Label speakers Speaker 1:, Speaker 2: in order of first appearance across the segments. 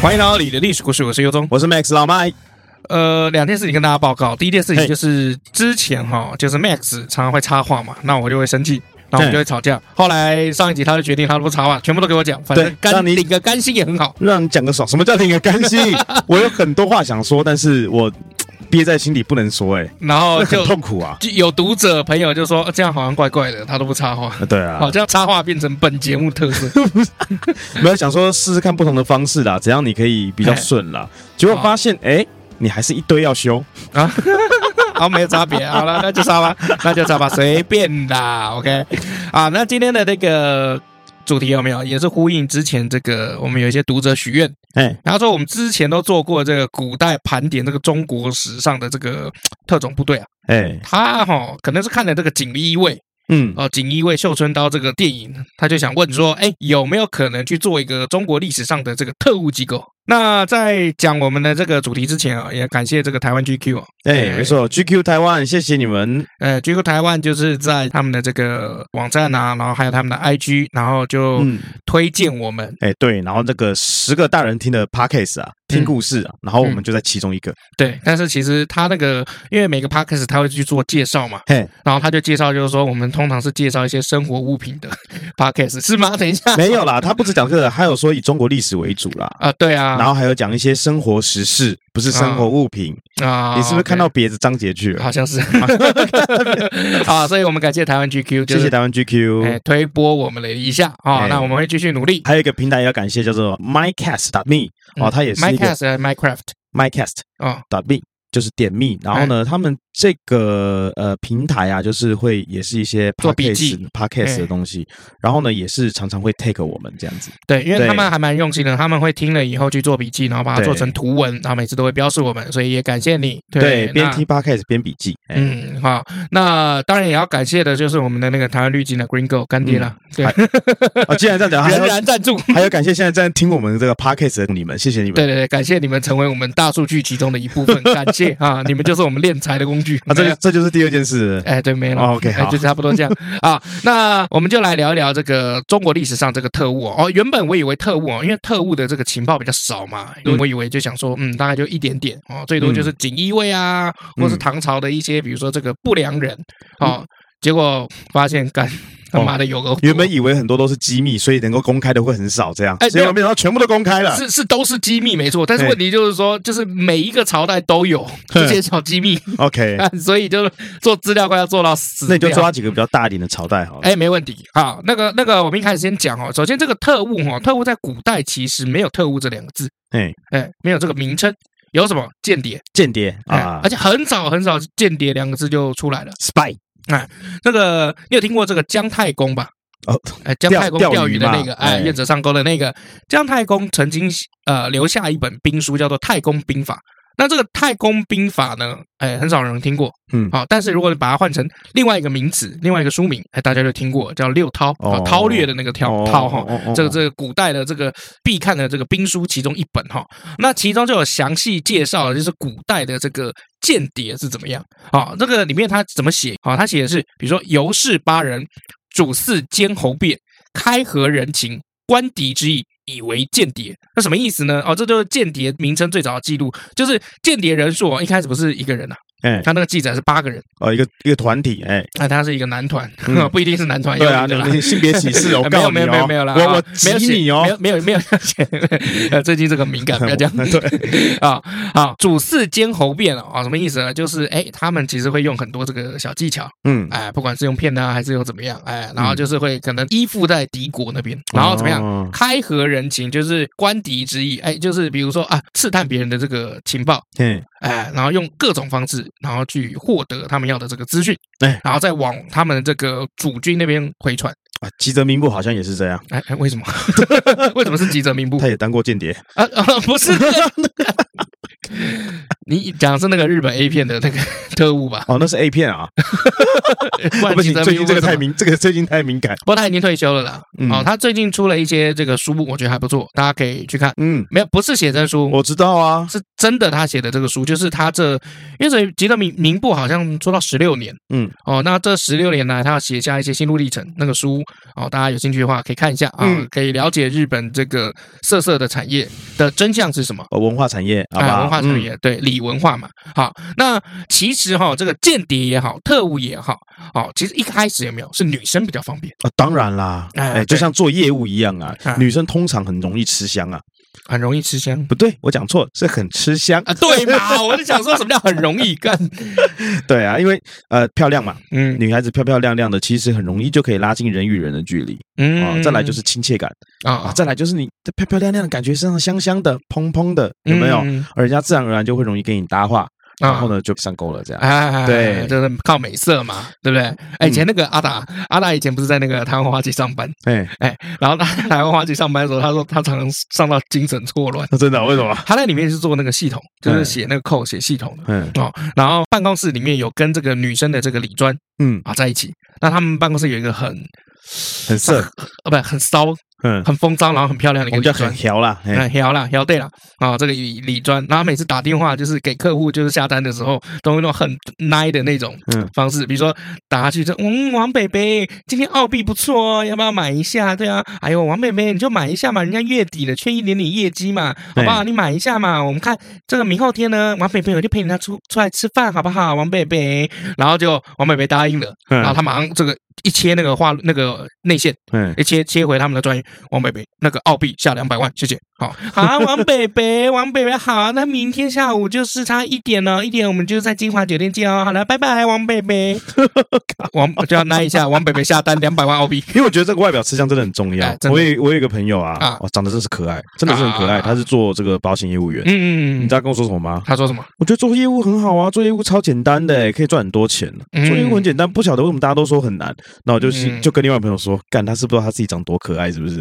Speaker 1: 欢迎来到你的历史故事，我是尤忠。
Speaker 2: 我是 Max 老麦，
Speaker 1: 呃，两件事情跟大家报告。第一件事情
Speaker 2: 嘿
Speaker 1: 就是之前哈，就是 Max 常常会插话嘛，那我就会生气，那我们
Speaker 2: 对
Speaker 1: 就会吵架。后来上一集他就决定他都不插话，全部都给我讲，反
Speaker 2: 对
Speaker 1: 正干
Speaker 2: 让你
Speaker 1: 领个干心也很好。
Speaker 2: 让你讲个爽。什么叫挺个甘 心？我有很多话想说，但是我嗯憋在心里不能 说、哎，
Speaker 1: 然后
Speaker 2: 会
Speaker 1: 就
Speaker 2: 很痛苦啊。
Speaker 1: 就有读者朋友就说、呃这样好像怪怪的，他都不插话，
Speaker 2: 啊对啊
Speaker 1: 好，像插话变成本节目特色。
Speaker 2: 没有想说试试看不同的方式啦，怎样你可以比较顺啦。结果发现，哎、你还是一堆要修，
Speaker 1: 好，没有差别。好了，那就 杀吧，那就杀吧，随便啦。OK，啊，那今天的那个主题有没有也是呼应之前这个我们有一些读者许愿，
Speaker 2: 哎、
Speaker 1: 然后说我们之前都做过这个古代盘点这个中国史上的这个特种部队啊，
Speaker 2: 哎、
Speaker 1: 他哈、可能是看了这个锦衣卫
Speaker 2: 嗯，
Speaker 1: 哦，锦衣卫绣春刀这个电影，他就想问说，哎，有没有可能去做一个中国历史上的这个特务机构？那在讲我们的这个主题之前啊，也感谢这个台湾 GQ 啊，
Speaker 2: 哎、没错，GQ 台湾，谢谢你们，
Speaker 1: 呃，GQ 台湾就是在他们的这个网站啊，然后还有他们的 IG，然后就
Speaker 2: 嗯，
Speaker 1: 推荐我们，
Speaker 2: 哎、对，然后那个十个大人听的 Podcast 啊，听故事啊，然后我们就在其中一个，
Speaker 1: 对。但是其实他那个，因为每个 podcast 他会去做介绍嘛，
Speaker 2: 嘿，
Speaker 1: 然后他就介绍，就是说我们通常是介绍一些生活物品的 podcast 是吗？等一下
Speaker 2: 没有 啦，他不止讲这个，还有说以中国历史为主啦。
Speaker 1: 啊，对啊，
Speaker 2: 然后还有讲一些生活时事，不是生活物品。
Speaker 1: 啊，
Speaker 2: 你是不是看到
Speaker 1: OK？
Speaker 2: 别的章节去了？
Speaker 1: 好像 是 啊，所以我们感谢台湾 GQ，就
Speaker 2: 谢
Speaker 1: 是
Speaker 2: 谢台湾
Speaker 1: 哎
Speaker 2: GQ，
Speaker 1: 推播我们了一下啊，
Speaker 2: 哎
Speaker 1: 那我们会继续努力。
Speaker 2: 还有一个平台要感谢，叫做 mycast.me
Speaker 1: 嗯
Speaker 2: 哦，它也是一个
Speaker 1: Minecraft 和 Minecraft
Speaker 2: mycast.me，
Speaker 1: 哦，
Speaker 2: 就是点 me。然后
Speaker 1: 哎
Speaker 2: 呢，他们这个呃平台啊，就是会也是一些
Speaker 1: 做笔记
Speaker 2: podcast podcast
Speaker 1: 哎
Speaker 2: 的东西，然后呢也是常常会 take 我们这样子。
Speaker 1: 对，因为
Speaker 2: 对
Speaker 1: 他们还蛮用心的，他们会听了以后去做笔记，然后把它
Speaker 2: 对
Speaker 1: 做成图文，然后每次都会标示我们，所以也感谢你。
Speaker 2: 对，边
Speaker 1: 那
Speaker 2: 听 podcast 边笔记。哎
Speaker 1: 嗯，好，那当然也要感谢的就是我们的那个台湾绿金的 Green Go 干爹啦，对，
Speaker 2: 啊，既然这样嗯 讲，还
Speaker 1: 仍
Speaker 2: 要
Speaker 1: 然赞助。
Speaker 2: 还要感谢现在在听我们这个 podcast 的你们，谢谢你们
Speaker 1: 对。对对，感谢你们成为我们大数据其中的一部 分，感谢啊，你们就是我们敛财的工具
Speaker 2: 啊，这
Speaker 1: 没
Speaker 2: 就
Speaker 1: 了
Speaker 2: 这就是第二件事。
Speaker 1: 哎，对，没了。
Speaker 2: 哦，OK，
Speaker 1: 哎
Speaker 2: 好
Speaker 1: 就差不多这 样啊。那我们就来聊一聊这个中国历史上这个特务哦。哦原本我以为特务哦，因为特务的这个情报比较少嘛，
Speaker 2: 嗯
Speaker 1: 我以为就想说，嗯，大概就一点点哦，最多就是锦衣卫啊，
Speaker 2: 嗯
Speaker 1: 或是唐朝的一些，比如说这个不良人哦。结果发现，干他妈的有个
Speaker 2: 哦原本以为很多都是机密，所以能够公开的会很少，这样，
Speaker 1: 哎
Speaker 2: 结
Speaker 1: 没有
Speaker 2: 果没想到全部都公开了。
Speaker 1: 是是都是机密没错，但是
Speaker 2: 嘿
Speaker 1: 问题就是说，就是每一个朝代都有这些小机密，
Speaker 2: OK，
Speaker 1: 所以就是做资料快要做到死掉。
Speaker 2: 那你就抓几个比较大一点的朝代好了。
Speaker 1: 哎，没问题啊。那个那个，我们一开始先讲哦。首先，这个特务哦，特务在古代其实没有“特务”这两个字，
Speaker 2: 哎，
Speaker 1: 哎，没有这个名称。有什么间谍
Speaker 2: 间谍
Speaker 1: 哎
Speaker 2: 啊
Speaker 1: 而且很早很早，“间谍”两个字就出来了。
Speaker 2: ，spy
Speaker 1: 那个你有听过这个姜太公吧？
Speaker 2: 哦，
Speaker 1: 哎，姜太公
Speaker 2: 钓
Speaker 1: 钓
Speaker 2: 钓
Speaker 1: 鱼
Speaker 2: 鱼
Speaker 1: 的
Speaker 2: 嘛
Speaker 1: 那个，哎，
Speaker 2: 哎
Speaker 1: 愿者上钩的那个姜太公曾经呃留下一本兵书，叫做《太公兵法》。那这个《太公兵法》呢，哎，很少人听过，
Speaker 2: 嗯
Speaker 1: 好、但是如果你把它换成另外一个名词，另外一个书名，哎，大家就听过，叫六韬，啊，
Speaker 2: 哦
Speaker 1: 韬略的那个韬，韬哈，
Speaker 2: 哈
Speaker 1: 这个这个古代的这个必看的这个兵书其中一本哈，那其中就有详细介绍，就是古代的这个间谍是怎么样啊？这个里面他怎么写啊？他写的是，比如说尤氏八人，主事奸侯变，开合人情，官敌之意。以为间谍，那什么意思呢？哦，这就是间谍名称最早的记录，就是间谍人数哦，一开始不是一个人啊，
Speaker 2: 哎
Speaker 1: 他那个记载是八个人，
Speaker 2: 哦一个一个团体哎，
Speaker 1: 那、他是一个男团，
Speaker 2: 嗯
Speaker 1: 不一定是男团，
Speaker 2: 对啊，
Speaker 1: 哎也有女的啦
Speaker 2: 你你性别 歧视哦，我
Speaker 1: 没
Speaker 2: 告
Speaker 1: 有
Speaker 2: 诉
Speaker 1: 没
Speaker 2: 你
Speaker 1: 有没有
Speaker 2: 哦
Speaker 1: 没有啦，啊
Speaker 2: 我我
Speaker 1: 没有
Speaker 2: 挤你哦，
Speaker 1: 没有没有没有， 呃，最近这个敏 感，不要这样
Speaker 2: 对，
Speaker 1: 啊啊！主事奸侯变了啊，什么意思呢？就是哎，他们其实会用很多这个小技巧，
Speaker 2: 嗯，
Speaker 1: 哎，不管是用骗啊，还是用怎么样，哎，然后就是会可能依附在敌国那边，
Speaker 2: 哦
Speaker 1: 然后怎么样？
Speaker 2: 样？
Speaker 1: 开合人情就是官敌之意，哎，就是比如说啊，刺探别人的这个情报，
Speaker 2: 嘿，
Speaker 1: 哎，然后用各种方式，然后去获得他们要的这个资讯，
Speaker 2: 哎
Speaker 1: 然后再往他们这个主军那边回传。
Speaker 2: 啊，吉泽明步好像也是这样，
Speaker 1: 哎哎，为什 么？为什么是吉泽明步啊
Speaker 2: 他？也当过间谍，
Speaker 1: 啊啊，不是，你讲的是那个日本 A 片的那个特务吧？
Speaker 2: 哦，那是 A 片啊！
Speaker 1: 不
Speaker 2: 哦
Speaker 1: 然
Speaker 2: 不行
Speaker 1: 金，泽
Speaker 2: 最
Speaker 1: 明为
Speaker 2: 近这个
Speaker 1: 什
Speaker 2: 太
Speaker 1: 么
Speaker 2: 敏，这个最近太敏感。
Speaker 1: 不过他已经退休了啦。
Speaker 2: 嗯
Speaker 1: 哦，他最近出了一些这个书，我觉得还不错，大家可以去看。
Speaker 2: 嗯，
Speaker 1: 没有，不是写真书，
Speaker 2: 我知道啊。
Speaker 1: 是真的他写的这个书，就是他这，因为这吉德明名部好像做到十六年，
Speaker 2: 嗯，
Speaker 1: 哦，那这十六年来，他要写下一些心路历程，那个书哦，大家有兴趣的话可以看一下啊，
Speaker 2: 嗯
Speaker 1: 可以了解日本这个色色的产业的真相是什么。
Speaker 2: 哦，文化产业，好
Speaker 1: 啊，
Speaker 2: 吧，嗯
Speaker 1: 文化产业、对理文化嘛。好，那其实哈、这个间谍也好，特务也好，哦，其实一开始有没有是女生比较方便
Speaker 2: 嗯啊，当然啦，
Speaker 1: 哎
Speaker 2: 哎，
Speaker 1: 对
Speaker 2: 就像做业务一样啊
Speaker 1: 哎，
Speaker 2: 女生通常很容易吃香啊。
Speaker 1: 很容易吃香
Speaker 2: 不对，我讲错了，是很吃香。
Speaker 1: 啊？对嘛，我就想说什么叫很容易干？
Speaker 2: 对啊，因为呃，漂亮嘛，
Speaker 1: 嗯
Speaker 2: 女孩子漂漂亮亮的，其实很容易就可以拉近人与人的距离
Speaker 1: 嗯、
Speaker 2: 啊。再来就是亲切感啊，
Speaker 1: 啊，
Speaker 2: 再来就是你这漂漂亮亮的感觉，身上香香的、蓬蓬的，有没有？
Speaker 1: 嗯
Speaker 2: 而人家自然而然就会容易跟你搭话，
Speaker 1: 啊
Speaker 2: 然后呢就上钩了，这样。
Speaker 1: 哎，
Speaker 2: 对嗯
Speaker 1: 就是靠美色嘛，对不对？哎，以前那个阿达，阿达以前不是在那个台湾花旗上班，
Speaker 2: 哎，
Speaker 1: 哎，然后他台湾花旗上班的时候，他说他常常上到精神错乱。
Speaker 2: 那真的为什么？
Speaker 1: 他在里面是做那个系统，就是
Speaker 2: 嗯
Speaker 1: 写那个扣写系统的。
Speaker 2: 嗯
Speaker 1: 哦，然后办公室里面有跟这个女生的这个理专
Speaker 2: 嗯，
Speaker 1: 啊在一起，那他们办公室有一个很
Speaker 2: 很色，
Speaker 1: 呃不很骚、
Speaker 2: 嗯，
Speaker 1: 很风骚，然后很漂亮的
Speaker 2: 我
Speaker 1: 一个
Speaker 2: 们叫
Speaker 1: 理
Speaker 2: 很
Speaker 1: 专。
Speaker 2: 调啦，哎，
Speaker 1: 哎，好啦，好对啦，啊，这个理理专，然后每次打电话就是给客户，就是下单的时候，都用那种很 nice 的那种
Speaker 2: 嗯
Speaker 1: 方式，比如说打下去就，嗯，王北北，今天澳币不错哦，要不要买一下？对啊，哎呦，王北北，你就买一下嘛，人家月底了，缺一点点业绩嘛，好不好？你买一下嘛，我们看这个明后天呢，王北北我就陪你他出出来吃饭，好不好？王北北，然后就王北北答应了，然后
Speaker 2: 嗯
Speaker 1: 他马上这个一切那个话那个内线。
Speaker 2: 嗯，
Speaker 1: 一切切回他们的专业，王北北那个澳币下两百万，谢谢。好， 好、啊，王北北，王北北好，啊那明天下午就是差一点了，一点我们就在金华酒店见哦。好了，拜拜，王北 北。王就要拉一下王北北下单两百万澳 币。
Speaker 2: 因为我觉得这个外表吃香真的很重要
Speaker 1: 哎。真的
Speaker 2: 我也我有一个朋友啊
Speaker 1: 啊，
Speaker 2: 哇，长得真是可爱，真的是很可爱。
Speaker 1: 啊
Speaker 2: 他是做这个保险业务员，
Speaker 1: 嗯
Speaker 2: 你知道跟我说什么吗？
Speaker 1: 他说什么？
Speaker 2: 我觉得做业务很好啊，做业务超简单的，可以赚很多钱。啊
Speaker 1: 嗯
Speaker 2: 做业务很简单，不晓得为什么大家都说很难。那我就是
Speaker 1: 嗯
Speaker 2: 就跟另外一个朋友说，干他是不是知道他自己长多可爱，是不是？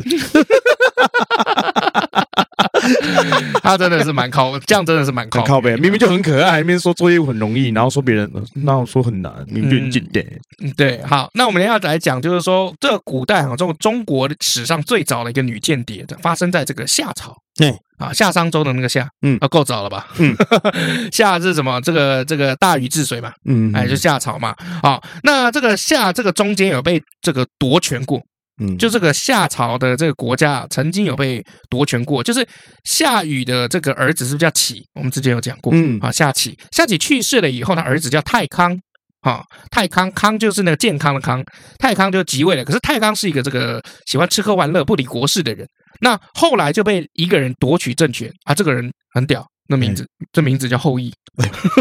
Speaker 1: 他真的是蛮靠，这样真的是 蛮靠啊
Speaker 2: 很靠背，明明就很可爱，明明说做业务很容易，然后说别人呃那我说很难，明明就很简单。
Speaker 1: 嗯对，好，那我们要来讲，就是说这个古代啊，这种中国史上最早的一个女间谍，发生在这个夏朝。
Speaker 2: 对
Speaker 1: 啊，夏商周的那个夏，
Speaker 2: 嗯
Speaker 1: 啊，够早了吧？
Speaker 2: 嗯，
Speaker 1: 夏是什么？这个这个大禹治水嘛，
Speaker 2: 嗯，
Speaker 1: 哎，就夏朝嘛。好，那这个夏这个中间有被这个夺权过，
Speaker 2: 嗯
Speaker 1: 就这个夏朝的这个国家啊曾经有被夺权过，就是夏禹的这个儿子是不是叫启？我们之前有讲过，
Speaker 2: 嗯
Speaker 1: 啊，夏启，夏启去世了以后，他儿子叫太康。啊，太康康就是那个健康的康，太康就即位了。可是太康是一个这个喜欢吃喝玩乐、不理国事的人。那后来就被一个人夺取政权啊，这个人很屌，那名字、这名字叫后羿。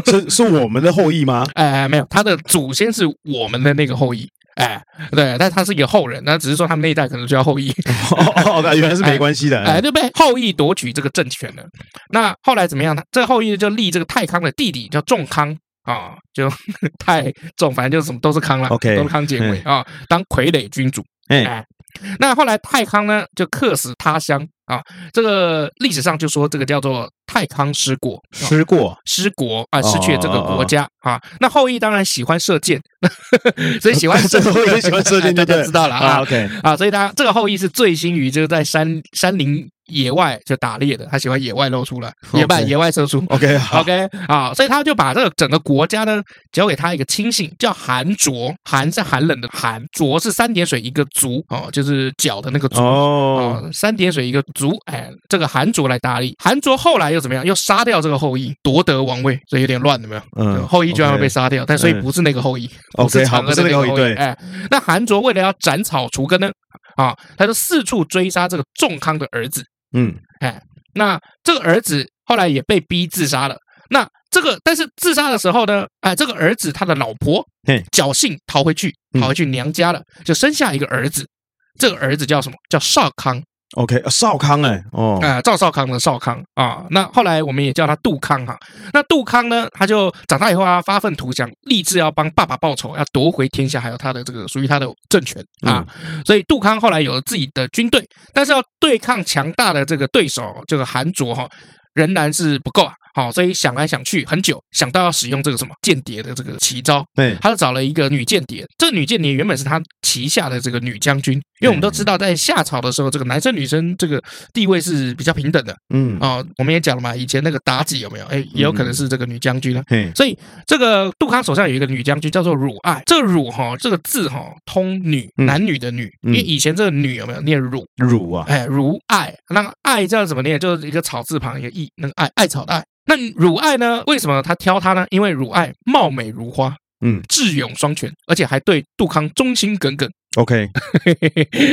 Speaker 2: 是是我们的后裔吗？
Speaker 1: 哎，没有，他的祖先是我们的那个后裔。哎，对，但他是一个后人，那只是说他们那一代可能就叫后羿。
Speaker 2: 哦哦，哦原来是没关系的。
Speaker 1: 哎，就被后羿夺取这个政权了。那后来怎么样呢？这后羿就立这个太康的弟弟叫仲康啊、就 太仲，反正就是什么都是康啦
Speaker 2: OK，嗯
Speaker 1: 都是康结尾啊、当傀儡君主。
Speaker 2: 哎，
Speaker 1: 那后来太康呢，就客死他乡啊、这个历史上就说这个叫做太康失国，啊
Speaker 2: 吃过，
Speaker 1: 失国啊，失去了这个
Speaker 2: 哦哦
Speaker 1: 国
Speaker 2: 哦
Speaker 1: 家啊。那后羿当然喜欢射箭， 所以喜 欢射
Speaker 2: 这个后裔喜欢射箭
Speaker 1: 大
Speaker 2: 就对
Speaker 1: 家
Speaker 2: 了
Speaker 1: 知道了
Speaker 2: 啊
Speaker 1: 啊
Speaker 2: ，OK，
Speaker 1: 啊，所以他这个后羿是醉心于就是在山山林野外就打猎的，他喜欢野外露出来，野外
Speaker 2: OK
Speaker 1: 野外射出。
Speaker 2: OK，好，
Speaker 1: OK 啊，所以他就把这个整个国家呢交给他一个亲信，叫韩卓。韩是寒冷的寒，卓是三点水一个足哦，就是脚的那个足。
Speaker 2: 哦，
Speaker 1: 哦，三点水一个足，哎，这个韩卓来打理。韩卓后来又怎么样？又杀掉这个后羿，夺得王位，所以有点乱，有没有？
Speaker 2: 嗯
Speaker 1: 后羿居然会被
Speaker 2: OK
Speaker 1: 杀掉，但所以
Speaker 2: 嗯
Speaker 1: 不是那个后羿
Speaker 2: OK，好，
Speaker 1: 嫦娥
Speaker 2: 不是那个后
Speaker 1: 羿
Speaker 2: 裔，对，
Speaker 1: 哎，那韩卓为了要斩草除根呢，啊，他就四处追杀这个仲康的儿子。
Speaker 2: 嗯，
Speaker 1: 那这个儿子后来也被逼自杀了。那这个，但是自杀的时候呢，哎，这个儿子他的老婆
Speaker 2: 嘿
Speaker 1: 侥幸逃回去，
Speaker 2: 嗯
Speaker 1: 逃回去娘家了，就生下一个儿子。这个儿子叫什么？叫少康
Speaker 2: OK，呃少康哎、哦，
Speaker 1: 啊、赵少康的少康啊。那后来我们也叫他杜康哈、那杜康呢，他就长大以后啊，发愤图强，立志要帮爸爸报仇，要夺回天下，还有他的这个属于他的政权啊。所以杜康后来有了自己的军队，但是要对抗强大的这个对手，这个韩卓哈、仍然是不够啊。好，所以想来想去很久，想到要使用这个什么间谍的这个奇招，
Speaker 2: 对，
Speaker 1: 他就找了一个女间谍。这个女间谍原本是他旗下的这个女将军，因为我们都知
Speaker 2: 嗯
Speaker 1: 道，在夏朝的时候，这个男生女生这个地位是比较平等的
Speaker 2: 嗯，
Speaker 1: 啊、我们也讲了嘛，以前那个妲己有没有？哎，也有可能是这个女将军啊。
Speaker 2: 嘿，
Speaker 1: 所以这个杜康手下有一个女将军叫做汝爱，这个汝哈、这个字哈、通女，
Speaker 2: 嗯
Speaker 1: 男女的女，因
Speaker 2: 嗯
Speaker 1: 为以前这个女有没有念汝？
Speaker 2: 乳啊，
Speaker 1: 哎，汝爱，那个爱这样怎么念？就是一个草字旁一个义，那个爱，艾草的爱。那汝爱呢？为什么他挑她呢？因为汝爱貌美如花，
Speaker 2: 嗯
Speaker 1: 智勇双全，而且还对杜康忠心耿耿，
Speaker 2: ，OK，
Speaker 1: 哎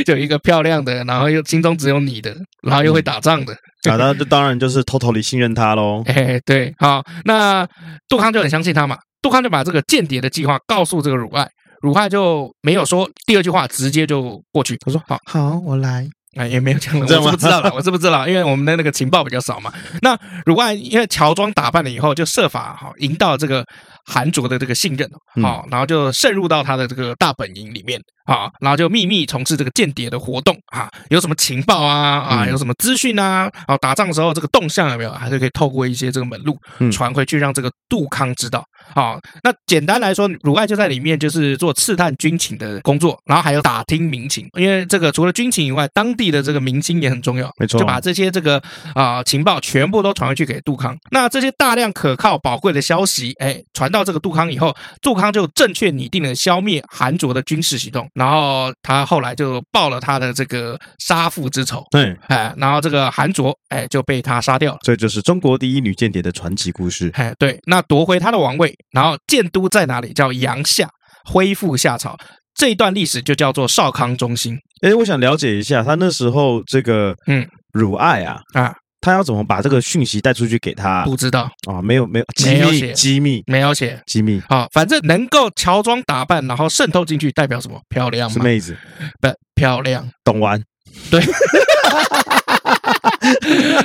Speaker 1: 就一个漂亮的，然后又心中只有你的，然后又会打仗的。
Speaker 2: 啊，那就当然就是 totally 信任他喽。
Speaker 1: 哎，对，好，那杜康就很相信他嘛，杜康就把这个间谍的计划告诉这个汝爱，汝爱就没有说第二句话，直接就过去。他说好，
Speaker 2: 好，我来。
Speaker 1: 哎，也没有讲了，我
Speaker 2: 这
Speaker 1: 是
Speaker 2: 样吗
Speaker 1: 不知道了，我是不知道，因为我们的那个情报比较少嘛。那汝爱因为乔装打扮了以后，就设法哈赢到这个韩卓的这个信任，好、然后就渗入到他的这个大本营里面啊，然后就秘密从事这个间谍的活动啊，有什么情报啊啊，
Speaker 2: 嗯
Speaker 1: 有什么资讯啊，啊，打仗的时候这个动向有没有，还是可以透过一些这个门路
Speaker 2: 嗯
Speaker 1: 传回去，让这个杜康知道。好，那简单来说，鲁爱就在里面就是做刺探军情的工作，然后还有打听民情，因为这个除了军情以外，当地的这个民心也很重要，
Speaker 2: 没错
Speaker 1: 就把这些这个啊、情报全部都传回去给杜康。那这些大量可靠宝贵的消息，哎，传到这个杜康以后，杜康就正确拟定了消灭韩卓的军事行动，然后他后来就报了他的这个杀父之仇，
Speaker 2: 对，
Speaker 1: 哎，然后这个韩卓哎就被他杀掉了。
Speaker 2: 这就是中国第一女间谍的传奇故事。
Speaker 1: 哎，对，那夺回他的王位，然后建都在哪里？叫阳夏，恢复夏朝。这一段历史就叫做少康中兴
Speaker 2: 哎，我想了解一下，他那时候这个
Speaker 1: 嗯
Speaker 2: 乳爱啊，
Speaker 1: 啊，
Speaker 2: 他要怎么把这个讯息带出去给他
Speaker 1: 不知道
Speaker 2: 啊？没有没有，机
Speaker 1: 没有
Speaker 2: 密
Speaker 1: 写
Speaker 2: 机密
Speaker 1: 没有写
Speaker 2: 机密
Speaker 1: 啊、反正能够乔装打扮，然后渗透进去，代表什么？漂亮
Speaker 2: 是
Speaker 1: 吗？
Speaker 2: 妹子，
Speaker 1: 不漂亮
Speaker 2: 懂玩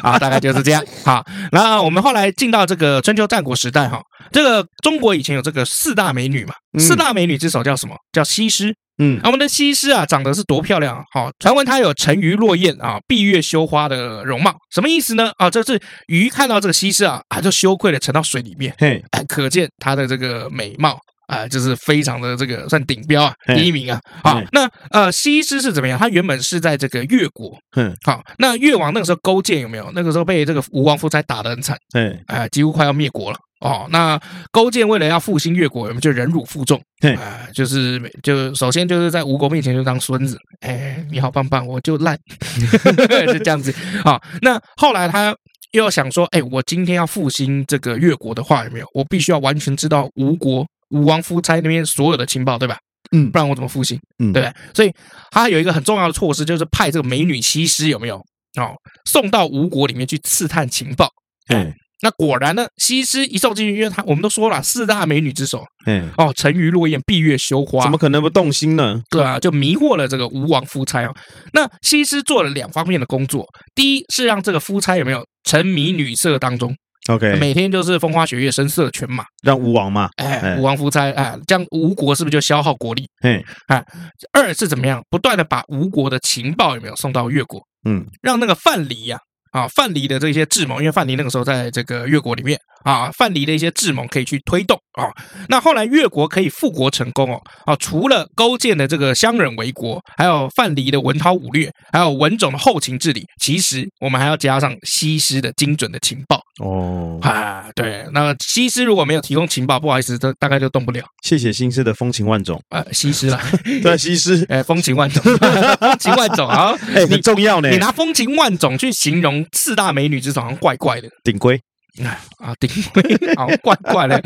Speaker 1: 啊，大概就是这样。好，那我们后来进到这个春秋战国时代哈，这个中国以前有这个四大美女嘛，
Speaker 2: 嗯
Speaker 1: 四大美女之首叫什么？叫西施。
Speaker 2: 嗯
Speaker 1: 啊，我们的西施啊，长得是多漂亮啊！好、传闻她有沉鱼落雁啊、闭月羞花的容貌，什么意思呢？啊，这是鱼看到这个西施啊，啊就羞愧的沉到水里面，
Speaker 2: 嘿，
Speaker 1: 哎，可见她的这个美貌。啊、就是非常的这个算顶标啊，
Speaker 2: 嘿
Speaker 1: 第一名啊。好
Speaker 2: 嗯，
Speaker 1: 那呃，西施是怎么样？她原本是在这个越国，
Speaker 2: 哼，
Speaker 1: 好，那越王那个时候勾践有没有？那个时候被这个吴王夫差打得很惨，
Speaker 2: 嘿，
Speaker 1: 哎、几乎快要灭国了。哦，那勾践为了要复兴越国，我们就忍辱负重，
Speaker 2: 嘿
Speaker 1: 哎、就是就首先就是在吴国面前就当孙子，哎，你好棒棒，我就 烂，就这样子。好、那后来他又想说，哎，我今天要复兴这个越国的话，有没有？我必须要完全知道吴国吴王夫差那边所有的情报，对吧？
Speaker 2: 嗯
Speaker 1: 不然我怎么复兴？
Speaker 2: 嗯，
Speaker 1: 对不对？所以他有一个很重要的措施，就是派这个美女西施有没有哦，送到吴国里面去刺探情报。
Speaker 2: 嘿，
Speaker 1: 那果然呢，西施一送进去，因为她我们都说了四大美女之首
Speaker 2: 嘿，
Speaker 1: 哦，沉鱼落雁、闭月羞花，
Speaker 2: 怎么可能不动心呢？
Speaker 1: 对啊，就迷惑了这个吴王夫差哦。那西施做了两方面的工作，第一是让这个夫差有没有沉迷女色当中，
Speaker 2: OK，
Speaker 1: 每天就是风花雪月、声色犬马，
Speaker 2: 让吴王嘛，
Speaker 1: 哎
Speaker 2: 哎，
Speaker 1: 吴王夫差哎，这样吴国是不是就消耗国力？
Speaker 2: 嘿，
Speaker 1: 二是怎么样，不断的把吴国的情报有没有送到越国，
Speaker 2: 嗯，
Speaker 1: 让那个范蠡呀、啊，范蠡的这些智谋，因为范蠡那个时候在这个越国里面啊，范蠡的一些智谋可以去推动啊。那后来越国可以复国成功哦，啊，除了勾践的这个乡人为国，还有范蠡的文韬武略，还有文种的后勤治理，其实我们还要加上西施的精准的情报
Speaker 2: 哦，
Speaker 1: 啊。对，那西施如果没有提供情报，不好意思，这大概就动不了。
Speaker 2: 谢谢新师的风情 万种，
Speaker 1: 呃，西施啦，
Speaker 2: 对，啊西施，
Speaker 1: 哎，风情万种， 风情万种啊。
Speaker 2: 哎，很重要呢
Speaker 1: 你，拿风情万种去形容四大美女之首，好像怪怪的
Speaker 2: 顶规，
Speaker 1: 啊，定位 好像怪怪 的。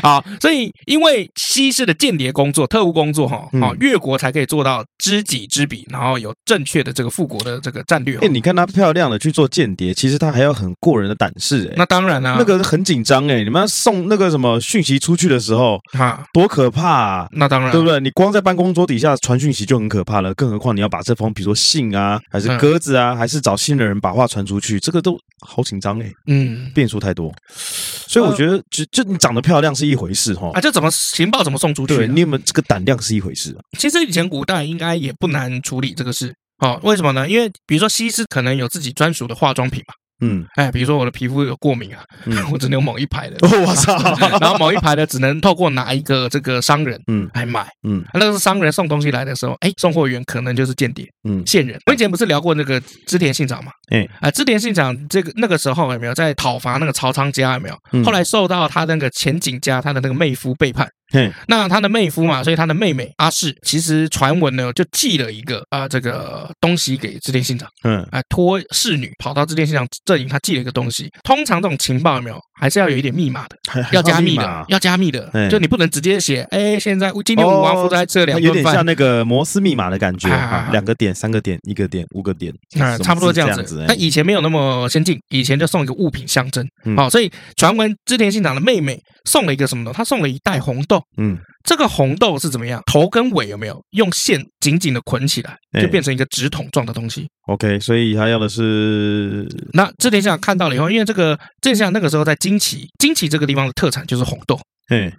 Speaker 1: 好，所以因为西施的间谍工作、特务工作，哈，
Speaker 2: 嗯
Speaker 1: 哦，越国才可以做到知己知彼，然后有正确的这个复国的这个战略。
Speaker 2: 哎，你看她漂亮的去做间谍，其实她还要很过人的胆识，哎，
Speaker 1: 那当然啦、啊
Speaker 2: 那个很紧张哎，你们要送那个什么讯息出去的时候，
Speaker 1: 哈，
Speaker 2: 多可怕啊！
Speaker 1: 那当然
Speaker 2: 对不对？你光在办公桌底下传讯息就很可怕了，更何况你要把这封，比如说信啊，还是
Speaker 1: 嗯
Speaker 2: 鸽子啊，还是找信的人把话传出去，这个都好紧张哎，
Speaker 1: 嗯
Speaker 2: 变数太多。所以我觉得，就就你长得漂亮是一回事哈
Speaker 1: 呃啊，，这怎么情报怎么送出去
Speaker 2: 哦对
Speaker 1: 呢？
Speaker 2: 你有没有这个胆量是一回事啊。
Speaker 1: 其实以前古代应该也不难处理这个事。哦，为什么呢？因为比如说西施可能有自己专属的化妆品嘛，
Speaker 2: 嗯，
Speaker 1: 哎，比如说我的皮肤有过敏啊，
Speaker 2: 嗯
Speaker 1: 我只能有某一排的，
Speaker 2: 我操，
Speaker 1: 然后某一排的只能透过哪一个这个商人
Speaker 2: 嗯
Speaker 1: 来买。
Speaker 2: 嗯
Speaker 1: 那个是商人送东西来的时候，哎，送货员可能就是间谍、
Speaker 2: 嗯
Speaker 1: 线人。我以前不是聊过那个织田信长嘛？
Speaker 2: 哎
Speaker 1: 啊，织田信长这个那个时候有没有在讨伐那个曹仓家有没有？
Speaker 2: 嗯
Speaker 1: 后来受到他那个前景家他的那个妹夫背叛，
Speaker 2: 嘿，
Speaker 1: 那他的妹夫嘛，所以他的妹妹阿氏，其实传闻呢就寄了一个啊、这个东西给织田信长，
Speaker 2: 嗯
Speaker 1: 啊、托侍女跑到织田信长阵营，他寄了一个东西。通常这种情报有没有还是要有一点密码的，
Speaker 2: 还还
Speaker 1: 要加
Speaker 2: 放
Speaker 1: 密的
Speaker 2: 码，
Speaker 1: 要加密的
Speaker 2: 哎，
Speaker 1: 就你不能直接写，哎，现在今天吴王夫差吃了两
Speaker 2: 它有
Speaker 1: 顿
Speaker 2: 点
Speaker 1: 饭
Speaker 2: 像。那个摩斯密码的感觉，
Speaker 1: 啊啊
Speaker 2: 啊
Speaker 1: 啊
Speaker 2: 两个点、三个点、一个点、五个点，
Speaker 1: 啊，
Speaker 2: 什么
Speaker 1: 差不多
Speaker 2: 字
Speaker 1: 这样
Speaker 2: 子
Speaker 1: 子。。
Speaker 2: 哎
Speaker 1: 但以前没有那么先进，以前就送一个物品象征。哦
Speaker 2: 嗯
Speaker 1: 好，所以传闻织田信长的妹妹送了一个什么呢？她送了一袋红豆。
Speaker 2: 嗯，
Speaker 1: 这个红豆是怎么样？头跟尾有没有用线紧紧的捆起来，
Speaker 2: 哎
Speaker 1: 就变成一个直筒状的东西？
Speaker 2: OK，所以他要的是
Speaker 1: 那织田信长看到了以后，因为这个织田信长那个时候在金崎，金崎这个地方的特产就是红豆，
Speaker 2: 嘿，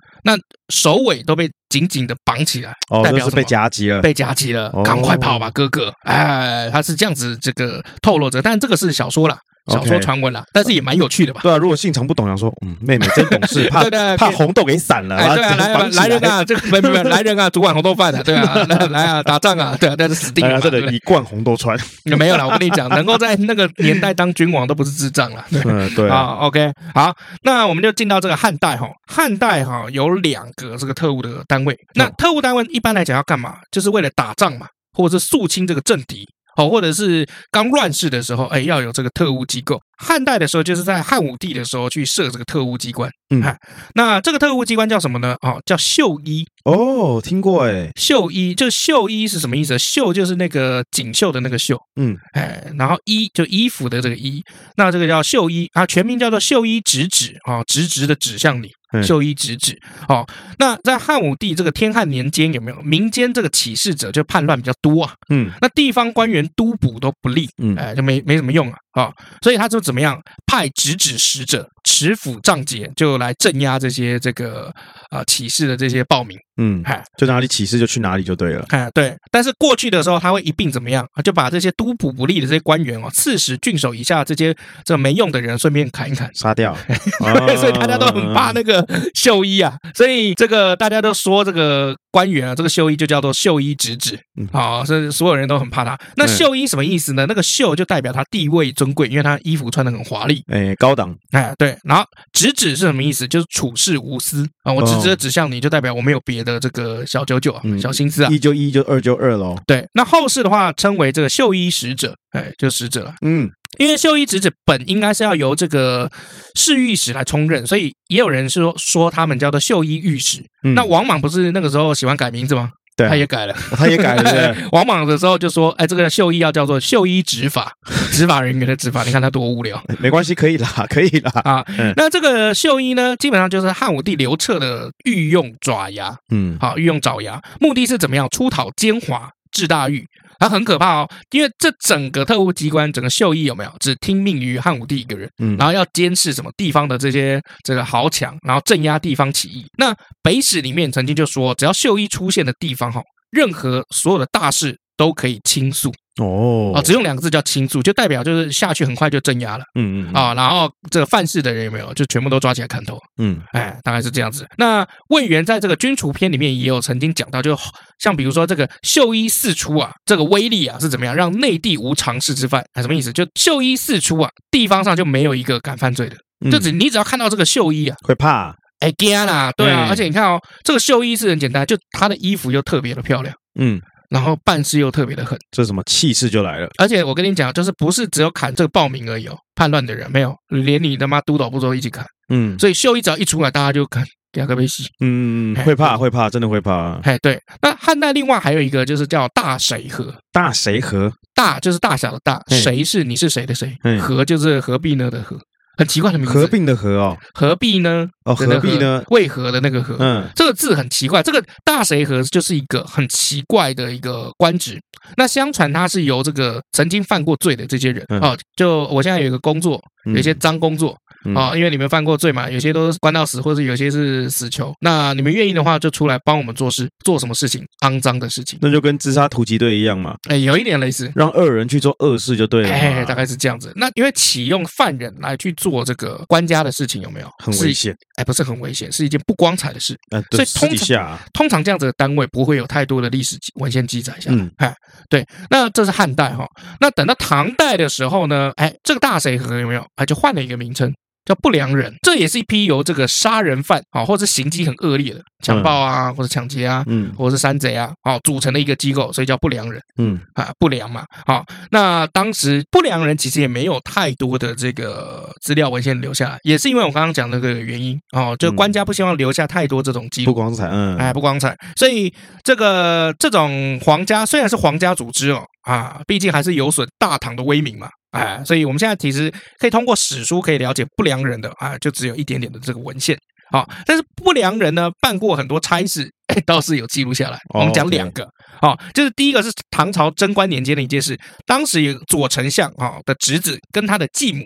Speaker 1: 首尾都被紧紧的绑起来，
Speaker 2: 哦，
Speaker 1: 代
Speaker 2: 就
Speaker 1: 表
Speaker 2: 是
Speaker 1: 什么
Speaker 2: 被夹击 了。
Speaker 1: 被夹击了
Speaker 2: 哦，
Speaker 1: 赶快跑吧，哥哥！哎，他是这样子这个透露着，但这个是小说啦，小说
Speaker 2: OK
Speaker 1: 传闻啦，但是也蛮有趣的吧？
Speaker 2: 对啊，如果信长不懂，想说，嗯，妹妹真懂 事，怕
Speaker 1: 对对
Speaker 2: 怕
Speaker 1: 别
Speaker 2: 红豆给散了，
Speaker 1: 哎，对啊，
Speaker 2: 然后
Speaker 1: 来
Speaker 2: 绑
Speaker 1: 吧
Speaker 2: 起
Speaker 1: 来人啊，这个没没没来人啊，主管红豆饭的，对 啊，来来啊，打仗啊，对啊，但是死定
Speaker 2: 大
Speaker 1: 了嘛，
Speaker 2: 家哎真
Speaker 1: 对不
Speaker 2: 的一罐红豆穿。
Speaker 1: 对？没有啦，我跟你讲，能够在那个年代当君王都不是智障啦。 对
Speaker 2: 嗯，对啊，
Speaker 1: 啊，OK，好，那我们就进到这个汉代哈。汉代哈有两个这个特务的单位，那
Speaker 2: 哦
Speaker 1: 特务单位一般来讲要干嘛？就是为了打仗嘛，或者是肃清这个政敌。哦，或者是刚乱世的时候，哎，要有这个特务机构。汉代的时候，就是在汉武帝的时候去设这个特务机关。
Speaker 2: 嗯
Speaker 1: 哎那这个特务机关叫什么呢？哦，叫绣衣。
Speaker 2: 哦，听过哎，
Speaker 1: 绣衣，就绣衣是什么意思呢？绣就是那个锦绣的那个绣，
Speaker 2: 嗯，
Speaker 1: 哎，然后衣就衣服的这个衣，那这个叫绣衣啊，全名叫做绣衣直指啊，直直的指向你
Speaker 2: 嗯，
Speaker 1: 绣衣直指。哦，那在汉武帝这个天汉年间有没有民间这个起事者就叛乱比较多啊？
Speaker 2: 嗯
Speaker 1: 那地方官员督捕都不力，
Speaker 2: 嗯
Speaker 1: 哎，就没没什么用啊啊、所以他就怎么样派直指使者持斧杖节就来镇压这些这个啊、起事的这些暴民，
Speaker 2: 嗯，
Speaker 1: 哎。
Speaker 2: 就哪里起事就去哪里就对了。
Speaker 1: 哎，对，但是过去的时候，他会一并怎么样？啊就把这些督捕不力的这些官员哦，刺史、郡守以下这些这没用的人，顺便砍一砍。
Speaker 2: 杀 掉，啊哦
Speaker 1: 所以大家都很怕那个绣衣啊，所以这个大家都说这个官员啊，这个绣衣就叫做绣衣直指
Speaker 2: 嗯
Speaker 1: 啊，所以所有人都很怕他。那
Speaker 2: 嗯
Speaker 1: 绣衣什么意思呢？那个绣就代表他地位尊贵，因为他衣服穿的很华丽。
Speaker 2: 哎，高档
Speaker 1: 哎，对，然后直指是什么意思？就是处事无私啊，我直直的指向你，就代表我没有别的这个小九九啊
Speaker 2: 哦嗯、
Speaker 1: 小心思啊。
Speaker 2: 一就一就二就二喽。
Speaker 1: 对，那后世的话称为这个绣衣使者，哎，就使者了。
Speaker 2: 嗯，
Speaker 1: 因为绣衣使者本应该是要由这个侍御史来充任，所以也有人是说说他们叫做绣衣御史。
Speaker 2: 嗯
Speaker 1: 那王莽不是那个时候喜欢改名字吗？
Speaker 2: 对啊
Speaker 1: 他也改了。
Speaker 2: 他也改了，对不
Speaker 1: 王莽的时候就说：“哎，这个绣衣要叫做绣衣执法，执法人员的执法，你看他多无聊。”
Speaker 2: 对没关系，可以啦， 可以啦。
Speaker 1: 啊
Speaker 2: 嗯，
Speaker 1: 那这个绣衣呢，基本上就是汉武帝刘彻的御用爪牙，
Speaker 2: 嗯，
Speaker 1: 啊好，御用爪牙，目的是怎么样？出讨奸猾，治大狱。它很可怕哦，因为这整个特务机关，整个秀义有没有只听命于汉武帝一个人，
Speaker 2: 嗯
Speaker 1: 然后要监视什么地方的这些这个豪强，然后镇压地方起义。那北史里面曾经就说，只要秀义出现的地方哈，任何所有的大事都可以倾诉
Speaker 2: 哦
Speaker 1: 啊，，只用两个字叫倾诉，就代表就是下去很快就镇压了
Speaker 2: 嗯嗯
Speaker 1: 啊，然后这个犯事的人有没有就全部都抓起来砍头。
Speaker 2: 嗯
Speaker 1: 哎，大概是这样子。那魏源在这个军厨篇里面也有曾经讲到，就像比如说这个绣衣四出啊，这个威力啊是怎么样让内地无常事之犯？哎，什么意思？就绣衣四出啊，地方上就没有一个敢犯罪的，
Speaker 2: 嗯，
Speaker 1: 就只你只要看到这个绣衣啊，
Speaker 2: 会怕，
Speaker 1: 哎惊啦，对啊
Speaker 2: 嗯。
Speaker 1: 而且你看哦，这个绣衣是很简单，就她的衣服又特别的漂亮，
Speaker 2: 嗯，
Speaker 1: 然后办事又特别的狠。
Speaker 2: 这什么气势就来了。
Speaker 1: 而且我跟你讲，就是不是只有砍这个暴民而已哦，叛乱的人没有，连你他妈督导部都一起砍。
Speaker 2: 嗯
Speaker 1: 所以绣衣只要一出来，大家就 砍，两个被戏。
Speaker 2: 嗯，嗯会怕会怕，真的会怕。
Speaker 1: 哎，对，那汉代另外还有一个就是叫大水河，
Speaker 2: 大谁和？
Speaker 1: 大就是大小的大，
Speaker 2: 嗯
Speaker 1: 谁是你是谁的谁
Speaker 2: 嗯，
Speaker 1: 河就是何必呢的河，很奇怪的名字。
Speaker 2: 合并的合哦
Speaker 1: 何必呢？
Speaker 2: 哦，
Speaker 1: 的那
Speaker 2: 合
Speaker 1: 个
Speaker 2: 并呢？
Speaker 1: 为何的那个何？
Speaker 2: 嗯
Speaker 1: 这个字很奇怪，这个大谁河就是一个很奇怪的一个官职。那相传他是由这个曾经犯过罪的这些人
Speaker 2: 嗯
Speaker 1: 哦，就我现在有一个工作，
Speaker 2: 嗯
Speaker 1: 有一些脏工作，啊、因为你们犯过罪嘛，有些都是关到死，或者有些是死囚。那你们愿意的话，就出来帮我们做事，做什么事情？肮脏的事情，
Speaker 2: 那就跟自杀突击队一样嘛，
Speaker 1: 哎，有一点类似。
Speaker 2: 让恶人去做恶事就对了嘛。
Speaker 1: 哎，大概是这样子。那因为启用犯人来去做这个官家的事情，有没有
Speaker 2: 很危？险。
Speaker 1: 是哎，不是很危险，是一件不光彩的事。
Speaker 2: 呃，
Speaker 1: 所以
Speaker 2: 私
Speaker 1: 通
Speaker 2: 底
Speaker 1: 常
Speaker 2: 下啊
Speaker 1: 通常这样子的单位不会有太多的历史记文献记载下来
Speaker 2: 嗯。
Speaker 1: 哎、对，那这是汉代哈、那等到唐代的时候呢，哎，这个大谁河有没有？哎，就换了一个名称。叫不良人，这也是一批由这个杀人犯啊、或者行迹很恶劣的强暴啊，或者抢劫啊，
Speaker 2: 嗯
Speaker 1: 或者是山贼啊，哦，组成的一个机构，所以叫不良人。
Speaker 2: 嗯，
Speaker 1: 啊，不良嘛，好、那当时不良人其实也没有太多的这个资料文献留下来，也是因为我刚刚讲的那个原因哦，就
Speaker 2: 嗯
Speaker 1: 官家不希望留下太多这种记
Speaker 2: 不
Speaker 1: 录，
Speaker 2: 光彩，嗯，
Speaker 1: 哎，不光彩，所以这个这种皇家虽然是皇家组织哦，啊，毕竟还是有损大唐的威名嘛，哎，所以我们现在其实可以通过史书可以了解不良人的啊，就只有一点点的这个文献。好、但是不良人呢办过很多差事，哎倒是有记录下来。我们
Speaker 2: 哦
Speaker 1: 讲
Speaker 2: 对
Speaker 1: 两个，哦，就是第一个是唐朝贞观年间的一件事，当时有左丞相啊的侄子跟他的继母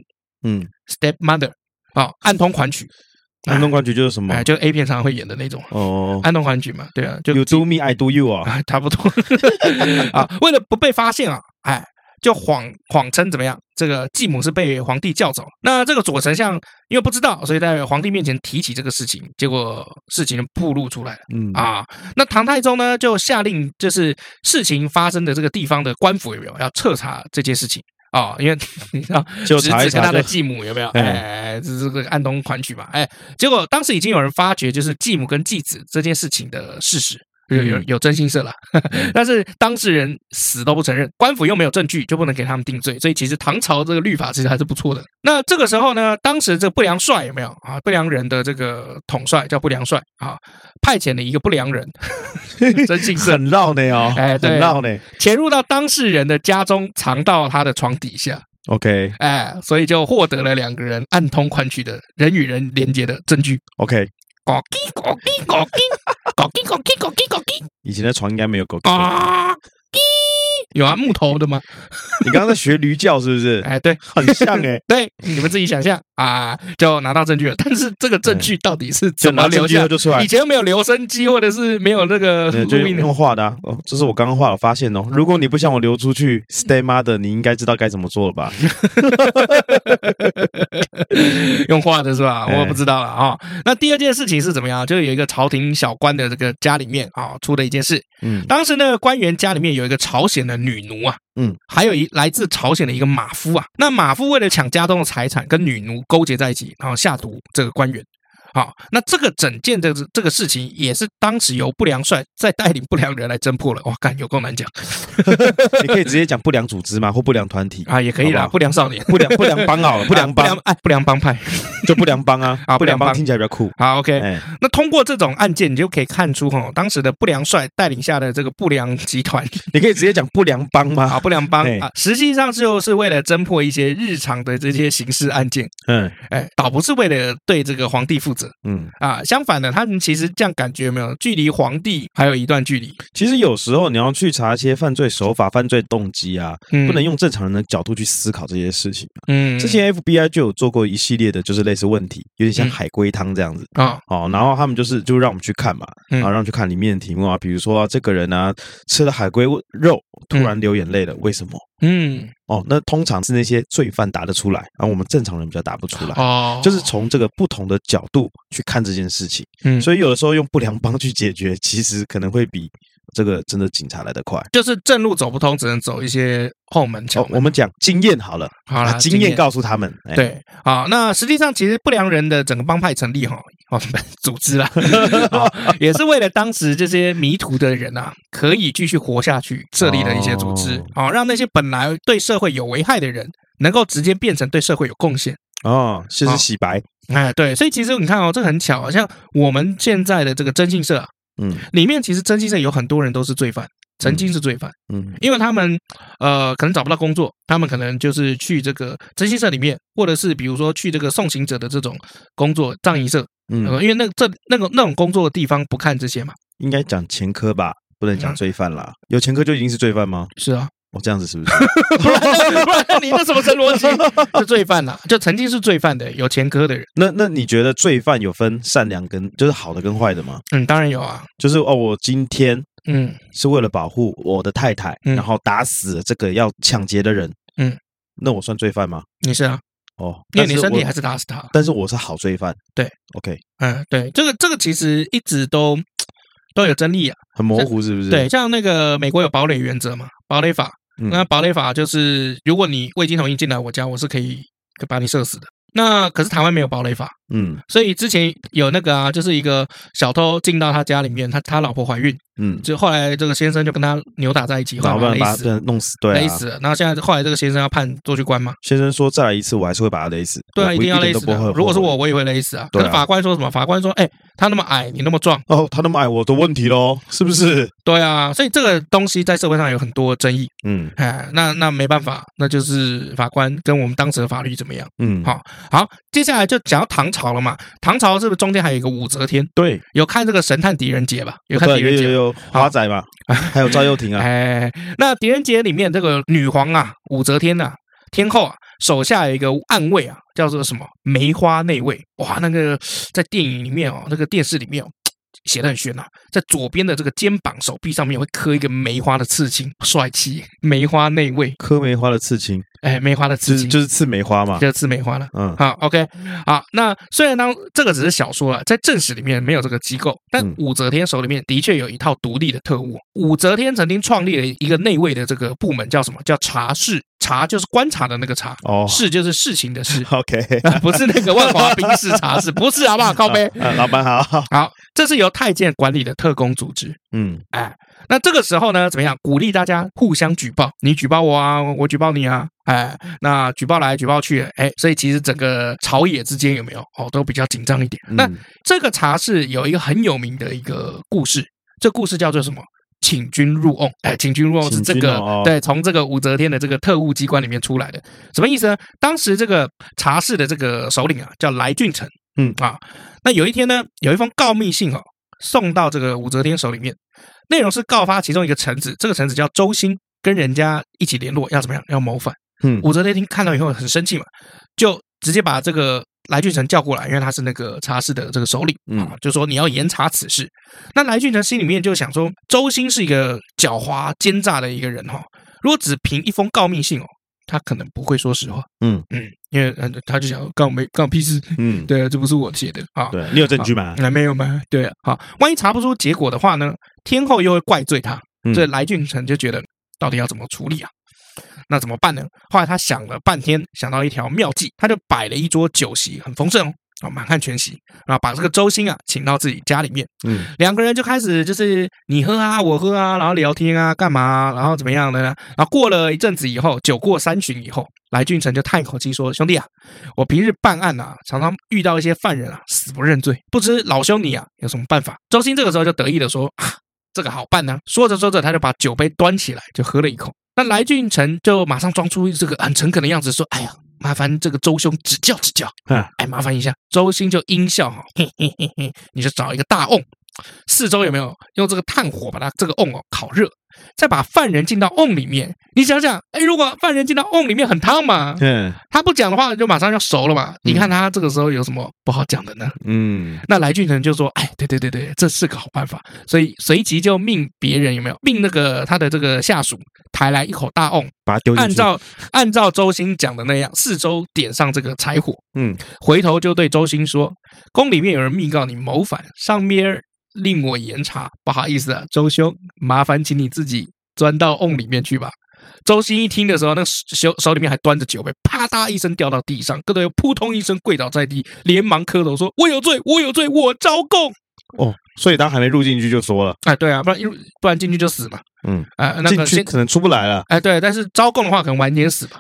Speaker 2: 嗯，
Speaker 1: stepmother 啊、暗通款曲，
Speaker 2: 安东冠局就是什么
Speaker 1: 哎，？就 A 片常常会演的那种
Speaker 2: 哦
Speaker 1: 暗通款曲嘛，对啊，就
Speaker 2: ，You do me, I do you 啊，
Speaker 1: 啊，差不多 啊。为了不被发现啊，哎，就谎谎称怎么样，这个继母是被皇帝叫走。那这个左丞相因为不知道，所以在皇帝面前提起这个事情，结果事情就暴露出来了。
Speaker 2: 嗯，
Speaker 1: 啊，那唐太宗呢就下令，就是事情发生的这个地方的官府有没有要彻查这件事情啊、因为 你知道，
Speaker 2: 就
Speaker 1: 侄
Speaker 2: 查一
Speaker 1: 子跟
Speaker 2: 查
Speaker 1: 他的
Speaker 2: 就，
Speaker 1: 继母有没有？
Speaker 2: 哎
Speaker 1: 哎，这这个暗通款曲嘛。哎，结果当时已经有人发觉，就是继母跟继子这件事情的事实。有有
Speaker 2: 嗯
Speaker 1: 有真心社了， 但是当事人死都不承认，官府又没有证据，就不能给他们定罪。所以其实唐朝这个律法其实还是不错的。那这个时候呢，当时这不良帅有没有啊？不良人的这个统帅叫不良帅啊，派遣了一个不良人， 真心 社
Speaker 2: 很绕呢哦，
Speaker 1: 哎对
Speaker 2: 很绕呢。
Speaker 1: 潜入到当事人的家中，藏到他的床底下，
Speaker 2: OK
Speaker 1: 哎，所以就获得了两个人暗通款曲的人与人连接的证据。
Speaker 2: OK，
Speaker 1: 咕叽咕叽咕叽咕叽咕叽咕叽咕叽
Speaker 2: 以前的床应该没有狗狗。
Speaker 1: 啊！叽有啊，木头的吗？
Speaker 2: 你刚刚在学驴叫是不是？
Speaker 1: 哎，对
Speaker 2: 很像哎，
Speaker 1: 对，你们自己想象啊，就拿到证据了。但是这个证据到底是
Speaker 2: 就
Speaker 1: 怎么
Speaker 2: 拿
Speaker 1: 留
Speaker 2: 证据
Speaker 1: 下
Speaker 2: 后？就出来
Speaker 1: 以。前又没有留声机，或者是没有那个
Speaker 2: 呃就
Speaker 1: 录音的嗯
Speaker 2: 用画的啊哦，这是我刚刚画，我发现哦，如果你不想我流出去，stay mother，你应该知道该怎么做 了吧？
Speaker 1: 用画的是吧？
Speaker 2: 哎
Speaker 1: 我不知道了啊、那第二件事情是怎么样？就是有一个朝廷小官的这个家里面啊、出了一件事。
Speaker 2: 嗯
Speaker 1: 当时那个官员家里面有一个朝鲜的女奴啊，
Speaker 2: 嗯，
Speaker 1: 还有一来自朝鲜的一个马夫啊。那马夫为了抢家中的财产，跟女奴勾结在一起，然后下毒这个官员。好、那这个整件的这这个事情，也是当时由不良帅再带领不良人来侦破了。哇，干有够难讲
Speaker 2: 你可以直接讲不良组织嘛，或不良团 体，
Speaker 1: 啊，也可以啦，
Speaker 2: 好不好
Speaker 1: 不良少年，
Speaker 2: 不良不 良帮好了，不良
Speaker 1: 啊
Speaker 2: 帮
Speaker 1: 哎，不良帮派。
Speaker 2: 就不良帮啊
Speaker 1: 啊，
Speaker 2: 不良
Speaker 1: 不良帮
Speaker 2: 帮听起来比较酷。
Speaker 1: 好，OK，
Speaker 2: 哎，
Speaker 1: 那通过这种案件，你就可以看出哈，当时的不良帅带领下的这个不良集团
Speaker 2: 你可以直接讲不良帮吗
Speaker 1: 啊，？不良帮
Speaker 2: 哎
Speaker 1: 啊，实际上就是为了侦破一些日常的这些刑事案件，
Speaker 2: 嗯
Speaker 1: 哎，倒不是为了对这个皇帝负责
Speaker 2: 嗯，
Speaker 1: 啊，相反的，他们其实这样感觉有没有，距离皇帝还有一段距离，
Speaker 2: 其实有时候你要去查一些犯罪手法、犯罪动机啊，
Speaker 1: 嗯
Speaker 2: 不能用正常人的角度去思考这些事情。
Speaker 1: 嗯
Speaker 2: 之前 FBI 就有做过一系列的，就是类似问题，有点像
Speaker 1: 嗯
Speaker 2: 海龟汤这样子。
Speaker 1: 啊，
Speaker 2: 哦，然后他们就是就让我们去看嘛，
Speaker 1: 嗯
Speaker 2: 然后让我们去看里面的题目啊，比如说、啊、这个人啊吃了海龟肉突然流眼泪了，为什么？
Speaker 1: 嗯
Speaker 2: 哦，那通常是那些罪犯答得出来，然后我们正常人比较答不出来。
Speaker 1: 哦，
Speaker 2: 就是从这个不同的角度去看这件事情，
Speaker 1: 嗯
Speaker 2: 所以有的时候用不良帮去解决，其实可能会比这个真的警察来得快。
Speaker 1: 就是正路走不通，只能走一些后门
Speaker 2: 哦
Speaker 1: 桥，
Speaker 2: 我
Speaker 1: 门。
Speaker 2: 们讲经验好了，
Speaker 1: 好了
Speaker 2: 把，经验告诉他们，哎，
Speaker 1: 对啊，那实际上其实不良人的整个帮派成立哈，哦， 不组织啦、啊，也是为了当时这些迷途的人啊，可以继续活下去，设立了一些组织，
Speaker 2: 哦
Speaker 1: 啊，让那些本来对社会有危害的人，能够直接变成对社会有贡献。
Speaker 2: 哦，先
Speaker 1: 好
Speaker 2: 是洗白，
Speaker 1: 哎，对，所以其实你看哦，这个很巧啊，像我们现在的这个征信社、啊、
Speaker 2: 嗯
Speaker 1: 里面，其实征信社有很多人都是罪犯，曾经是罪犯。
Speaker 2: 嗯
Speaker 1: 因为他们呃可能找不到工作，他们可能就是去这个征信社里面，或者是比如说去这个送行者的这种工作葬仪社，
Speaker 2: 嗯，
Speaker 1: 呃，因为那这那个那种工作的地方不看这些嘛，嗯
Speaker 2: 应该讲前科吧，不能讲罪犯啦。有前科就已经是罪犯吗？
Speaker 1: 是啊，
Speaker 2: 哦，这样子是不是？
Speaker 1: 不然呢不然呢你这什么神逻辑？ 是罪犯啦，就曾经是罪犯的，有前科的人。
Speaker 2: 那那你觉得罪犯有分善良跟就是好的跟坏的吗？
Speaker 1: 嗯，当然有啊。
Speaker 2: 就是哦，我今天
Speaker 1: 嗯，
Speaker 2: 是为了保护我的太太，
Speaker 1: 嗯
Speaker 2: 然后打死了这个要抢劫的人，
Speaker 1: 嗯，
Speaker 2: 那我算罪犯吗？
Speaker 1: 你是啊，
Speaker 2: 哦，
Speaker 1: 因为
Speaker 2: 但
Speaker 1: 你
Speaker 2: 是
Speaker 1: 身体
Speaker 2: 我
Speaker 1: 还是打死他。
Speaker 2: 但是我是好罪犯，
Speaker 1: 对
Speaker 2: ，OK，
Speaker 1: 嗯，对，这个这个其实一直都都有争议啊。
Speaker 2: 很模糊是不是？
Speaker 1: 对，，像那个美国有堡垒原则嘛，堡垒法。
Speaker 2: 嗯
Speaker 1: 那堡垒法就是，如果你未经同意进来我家，我是可以把你射死的。那可是台湾没有堡垒法，
Speaker 2: 嗯
Speaker 1: 所以之前有那个啊，就是一个小偷进到他家里面，他他老婆怀孕，
Speaker 2: 嗯，
Speaker 1: 就后来这个先生就跟他扭打在一起，后
Speaker 2: 然
Speaker 1: 来
Speaker 2: 后
Speaker 1: 把
Speaker 2: 不
Speaker 1: 他
Speaker 2: 然
Speaker 1: 勒
Speaker 2: 把他
Speaker 1: 死，
Speaker 2: 对弄死，对
Speaker 1: 勒
Speaker 2: 啊。
Speaker 1: 死了。然后现在后来这个先生要判做去关嘛，
Speaker 2: 先生说再来一次，我还是会把他勒死。
Speaker 1: 对
Speaker 2: 我
Speaker 1: 啊，一
Speaker 2: 不
Speaker 1: 定要勒
Speaker 2: 都
Speaker 1: 死
Speaker 2: 不
Speaker 1: 的
Speaker 2: 会。
Speaker 1: 如果是
Speaker 2: 后悔
Speaker 1: 我，我也会勒死啊。
Speaker 2: 对
Speaker 1: 可
Speaker 2: 啊
Speaker 1: 是法官说什么？法官说，哎，他那么矮，你那么壮，
Speaker 2: 哦，他那么爱我的问题喽，是不是？
Speaker 1: 对啊，所以这个东西在社会上有很多争议。
Speaker 2: 嗯
Speaker 1: 哎，那那没办法，那就是法官跟我们当时的法律怎么样？
Speaker 2: 嗯，
Speaker 1: 好好，接下来就讲到唐朝了嘛。唐朝是不是中间还有一个武则天？
Speaker 2: 对，
Speaker 1: 有看这个《神探狄仁杰》吧？有看
Speaker 2: 哦对，
Speaker 1: 狄仁
Speaker 2: 有有
Speaker 1: 杰。
Speaker 2: 有华仔 嘛，还有赵又廷啊，
Speaker 1: 哎，那狄仁杰里面这个女皇啊，武则天啊，天后啊，手下有一个暗卫啊，叫做什么梅花内卫。哇，那个在电影里面哦，那个电视里面哦。写的很炫啊，在左边的这个肩膀、手臂上面会刻一个梅花的刺青，帅气！梅花内卫，
Speaker 2: 柯梅花的刺青，
Speaker 1: 哎，梅花的
Speaker 2: 就
Speaker 1: 刺
Speaker 2: 是
Speaker 1: 青，
Speaker 2: 就是刺梅花嘛，
Speaker 1: 就刺梅花了。
Speaker 2: 啊嗯
Speaker 1: 好，OK，好，那虽然当这个只是小说啊，在正史里面没有这个机构，但
Speaker 2: 嗯
Speaker 1: 武则天手里面的确有一套独立的特务。武则天曾经创立了一个内卫的这个部门，叫什么？叫察事，察就是观察的那个察，
Speaker 2: 哦，
Speaker 1: 事就是事情的事
Speaker 2: ，OK，
Speaker 1: 啊不是那个万华冰室茶室，不是好不好？靠 背。
Speaker 2: 啊老板好，
Speaker 1: 好，这是由太监管理的特工组织。
Speaker 2: 嗯
Speaker 1: 哎，那这个时候呢，怎么样？鼓励大家互相举报，你举报我啊，我举报你啊，哎，那举报来举报去，哎，所以其实整个朝野之间有没有哦，都比较紧张一点。那
Speaker 2: 嗯
Speaker 1: 这个茶室有一个很有名的一个故事，这故事叫做什么？请君入瓮，哎，请君入瓮是这
Speaker 2: 请君
Speaker 1: 个、
Speaker 2: 入瓮哦
Speaker 1: 对，从这个武则天的这个特务机关里面出来的，什么意思呢？当时这个茶室的这个首领啊，叫来俊臣，
Speaker 2: 嗯
Speaker 1: 啊，那有一天呢，有一封告密信哦，送到这个武则天手里面，内容是告发其中一个臣子，这个臣子叫周兴，跟人家一起联络，要怎么样？要谋反。
Speaker 2: 嗯
Speaker 1: 武则天听看到以后很生气嘛，就直接把这个来俊臣叫过来，因为他是那个茶室的这个首领
Speaker 2: 嗯
Speaker 1: 啊，就说你要严查此事。那来俊臣心里面就想说，周兴是一个狡猾奸诈的一个人哈、哦，如果只凭一封告密信哦，他可能不会说实话。
Speaker 2: 嗯
Speaker 1: 嗯，因为呃他就想干我没干我屁事，
Speaker 2: 嗯，
Speaker 1: 对啊，这不是我写的啊。
Speaker 2: 对，你有证据吗？
Speaker 1: 那没有吗？对啊，好，万一查不出结果的话呢，天后又会怪罪他，
Speaker 2: 嗯
Speaker 1: 所以来俊臣就觉得到底要怎么处理啊？那怎么办呢？后来他想了半天，想到一条妙计，他就摆了一桌酒席，很丰盛哦，啊，满汉全席，然后把这个周兴啊请到自己家里面，
Speaker 2: 嗯
Speaker 1: 两个人就开始就是你喝啊，我喝啊，然后聊天啊，干嘛啊、然后怎么样的呢？然后过了一阵子以后，酒过三巡以后，来俊臣就叹一口气说：“兄弟啊，我平日办案啊，常常遇到一些犯人啊，死不认罪，不知老兄你啊有什么办法？”周兴这个时候就得意的说：“啊，这个好办呢、说着说着，他就把酒杯端起来就喝了一口。那来俊臣就马上装出这个很诚恳的样子说：“哎呀，麻烦这个周兄指教指教。”
Speaker 2: 啊
Speaker 1: 哎，麻烦一下。周兴就阴笑哈，嘿嘿嘿嘿，你就找一个大瓮，四周有没有用这个炭火把它这个瓮哦烤热，再把犯人进到瓮里面。你想想，哎，如果犯人进到瓮里面很烫嘛，
Speaker 2: 嗯
Speaker 1: 他不讲的话就马上要熟了嘛。你看他这个时候有什么不好讲的呢？
Speaker 2: 嗯
Speaker 1: 那来俊臣就说：“哎，对对对对，这是个好办法。”所以随即就命别人有没有命那个他的这个下属抬来一口大瓮，
Speaker 2: 把他丢进
Speaker 1: 按
Speaker 2: 去，
Speaker 1: 照按照周兴讲的那样，四周点上这个柴火，
Speaker 2: 嗯
Speaker 1: 回头就对周兴说：“宫里面有人密告你谋反，上面令我严查，不好意思啊，周兄，麻烦请你自己钻到瓮里面去吧。”周兴一听的时候，那手手里面还端着酒杯，啪嗒一声掉到地上，各队扑通一声跪倒在地，连忙磕头说：“我有罪，我有罪，我招供！”
Speaker 2: 哦，所以他还没入进去就说了，
Speaker 1: 哎，对啊，不然一不然进去就死嘛。
Speaker 2: 嗯，
Speaker 1: 哎，那
Speaker 2: 进
Speaker 1: 个
Speaker 2: 去
Speaker 1: 先
Speaker 2: 可能出不来 了，
Speaker 1: 哎，对，但是招供的话，可能晚点死吧。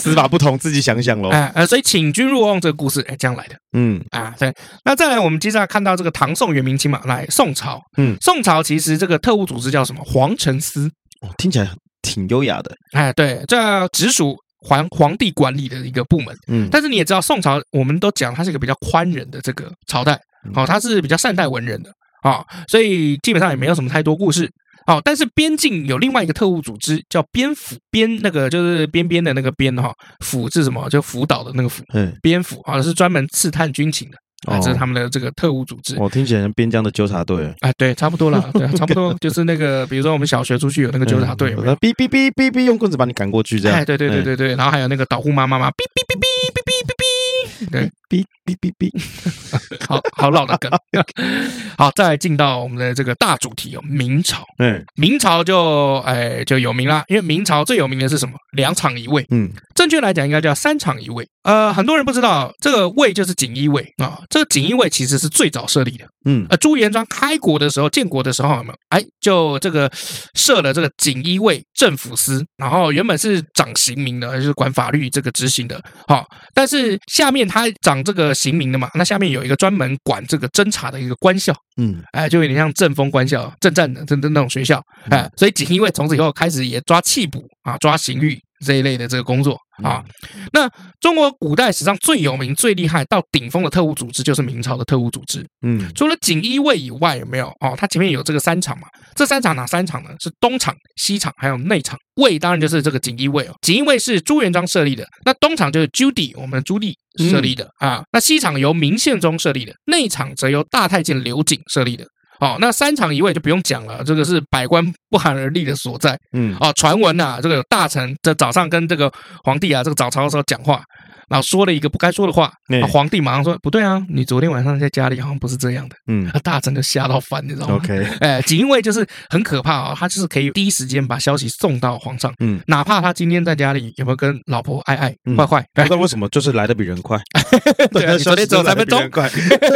Speaker 2: 死法不同，自己想想喽。
Speaker 1: 哎，呃，所以请君入瓮这个故事，哎，这样来的。
Speaker 2: 嗯
Speaker 1: 啊，对。那再来，我们接下来看到这个唐宋元明清嘛，来宋朝，
Speaker 2: 嗯
Speaker 1: 宋朝其实这个特务组织叫什么？皇城司，
Speaker 2: 哦听起来挺优雅的，
Speaker 1: 哎，对，这直属皇皇帝管理的一个部门。
Speaker 2: 嗯
Speaker 1: 但是你也知道，宋朝我们都讲它是一个比较宽仁的这个哦朝代，哦，它是比较善待文人的啊、所以基本上也没有什么太多故事。哦，但是边境有另外一个特务组织叫边府，边那个就是边边的那个边哈，府是什么？就辅导的那个府，
Speaker 2: 嗯，
Speaker 1: 边府啊是专门刺探军情的，啊，
Speaker 2: 哦
Speaker 1: 这是他们的这个特务组织。
Speaker 2: 我听起来像边疆的纠察队。
Speaker 1: 啊，对，差不多了，对，差不 多就是那个，比如说我们小学出去有那个纠察队，有没有
Speaker 2: 哔哔哔哔哔，用棍子把你赶过嗯去这样。
Speaker 1: 哎，对对对对对，然后还有那个导护妈妈嘛，哔哔哔哔哔哔哔哔，对，
Speaker 2: 哔哔哔哔。
Speaker 1: 好好老的梗。 好，再来进到我们的这个大主题哦，明朝。
Speaker 2: 嗯
Speaker 1: 明朝就哎就有名啦，因为明朝最有名的是什么？两场一位，
Speaker 2: 嗯，
Speaker 1: 正确来讲应该叫三场一位。呃，很多人不知道，这个卫就是锦衣卫啊、这个锦衣卫其实是最早设立的。
Speaker 2: 嗯
Speaker 1: 呃，朱元璋开国的时候，建国的时候有没有？哎，就这个设了这个锦衣卫政府司，然后原本是掌刑民的，就是管法律这个执行的。好、但是下面他掌这个刑民的嘛，那下面有一个专门管这个侦查的一个官校。
Speaker 2: 嗯，
Speaker 1: 哎，就有点像正风官校、正战的这这那种学校，哎，所以锦衣卫从此以后开始也抓缉捕啊、抓刑狱这一类的这个工作啊。那中国古代史上最有名、最厉害到顶峰的特务组织，就是明朝的特务组织。
Speaker 2: 嗯
Speaker 1: 除了锦衣卫以外，有没有？哦，它前面有这个三场嘛？这三场哪三场呢？是东厂、西厂还有内厂。卫当然就是这个锦衣卫哦，锦衣卫是朱元璋设立的，那东厂就是 Judy 我们的朱棣设立的、啊，那西厂由明宪宗设立的，内厂则由大太监刘瑾设立的。哦，那三厂一卫就不用讲了，这个是百官不寒而栗的所在。
Speaker 2: 嗯
Speaker 1: 哦，传闻呐、这个有大臣在早上跟这个皇帝啊，这个早朝的时候讲话，然后说了一个不该说的话，
Speaker 2: 哎
Speaker 1: 啊皇帝马上说不对啊，你昨天晚上在家里好像不是这样的，
Speaker 2: 嗯
Speaker 1: 啊大臣就吓到翻，你知道吗？
Speaker 2: ，OK，
Speaker 1: 哎，锦衣卫就是很可怕啊、他就是可以第一时间把消息送到皇上，
Speaker 2: 嗯，
Speaker 1: 哪怕他今天在家里有没有跟老婆爱爱
Speaker 2: 嗯
Speaker 1: 坏 坏，
Speaker 2: 不知道为什么就是来的比人快。
Speaker 1: 对啊你昨天只有三分钟
Speaker 2: 消息都来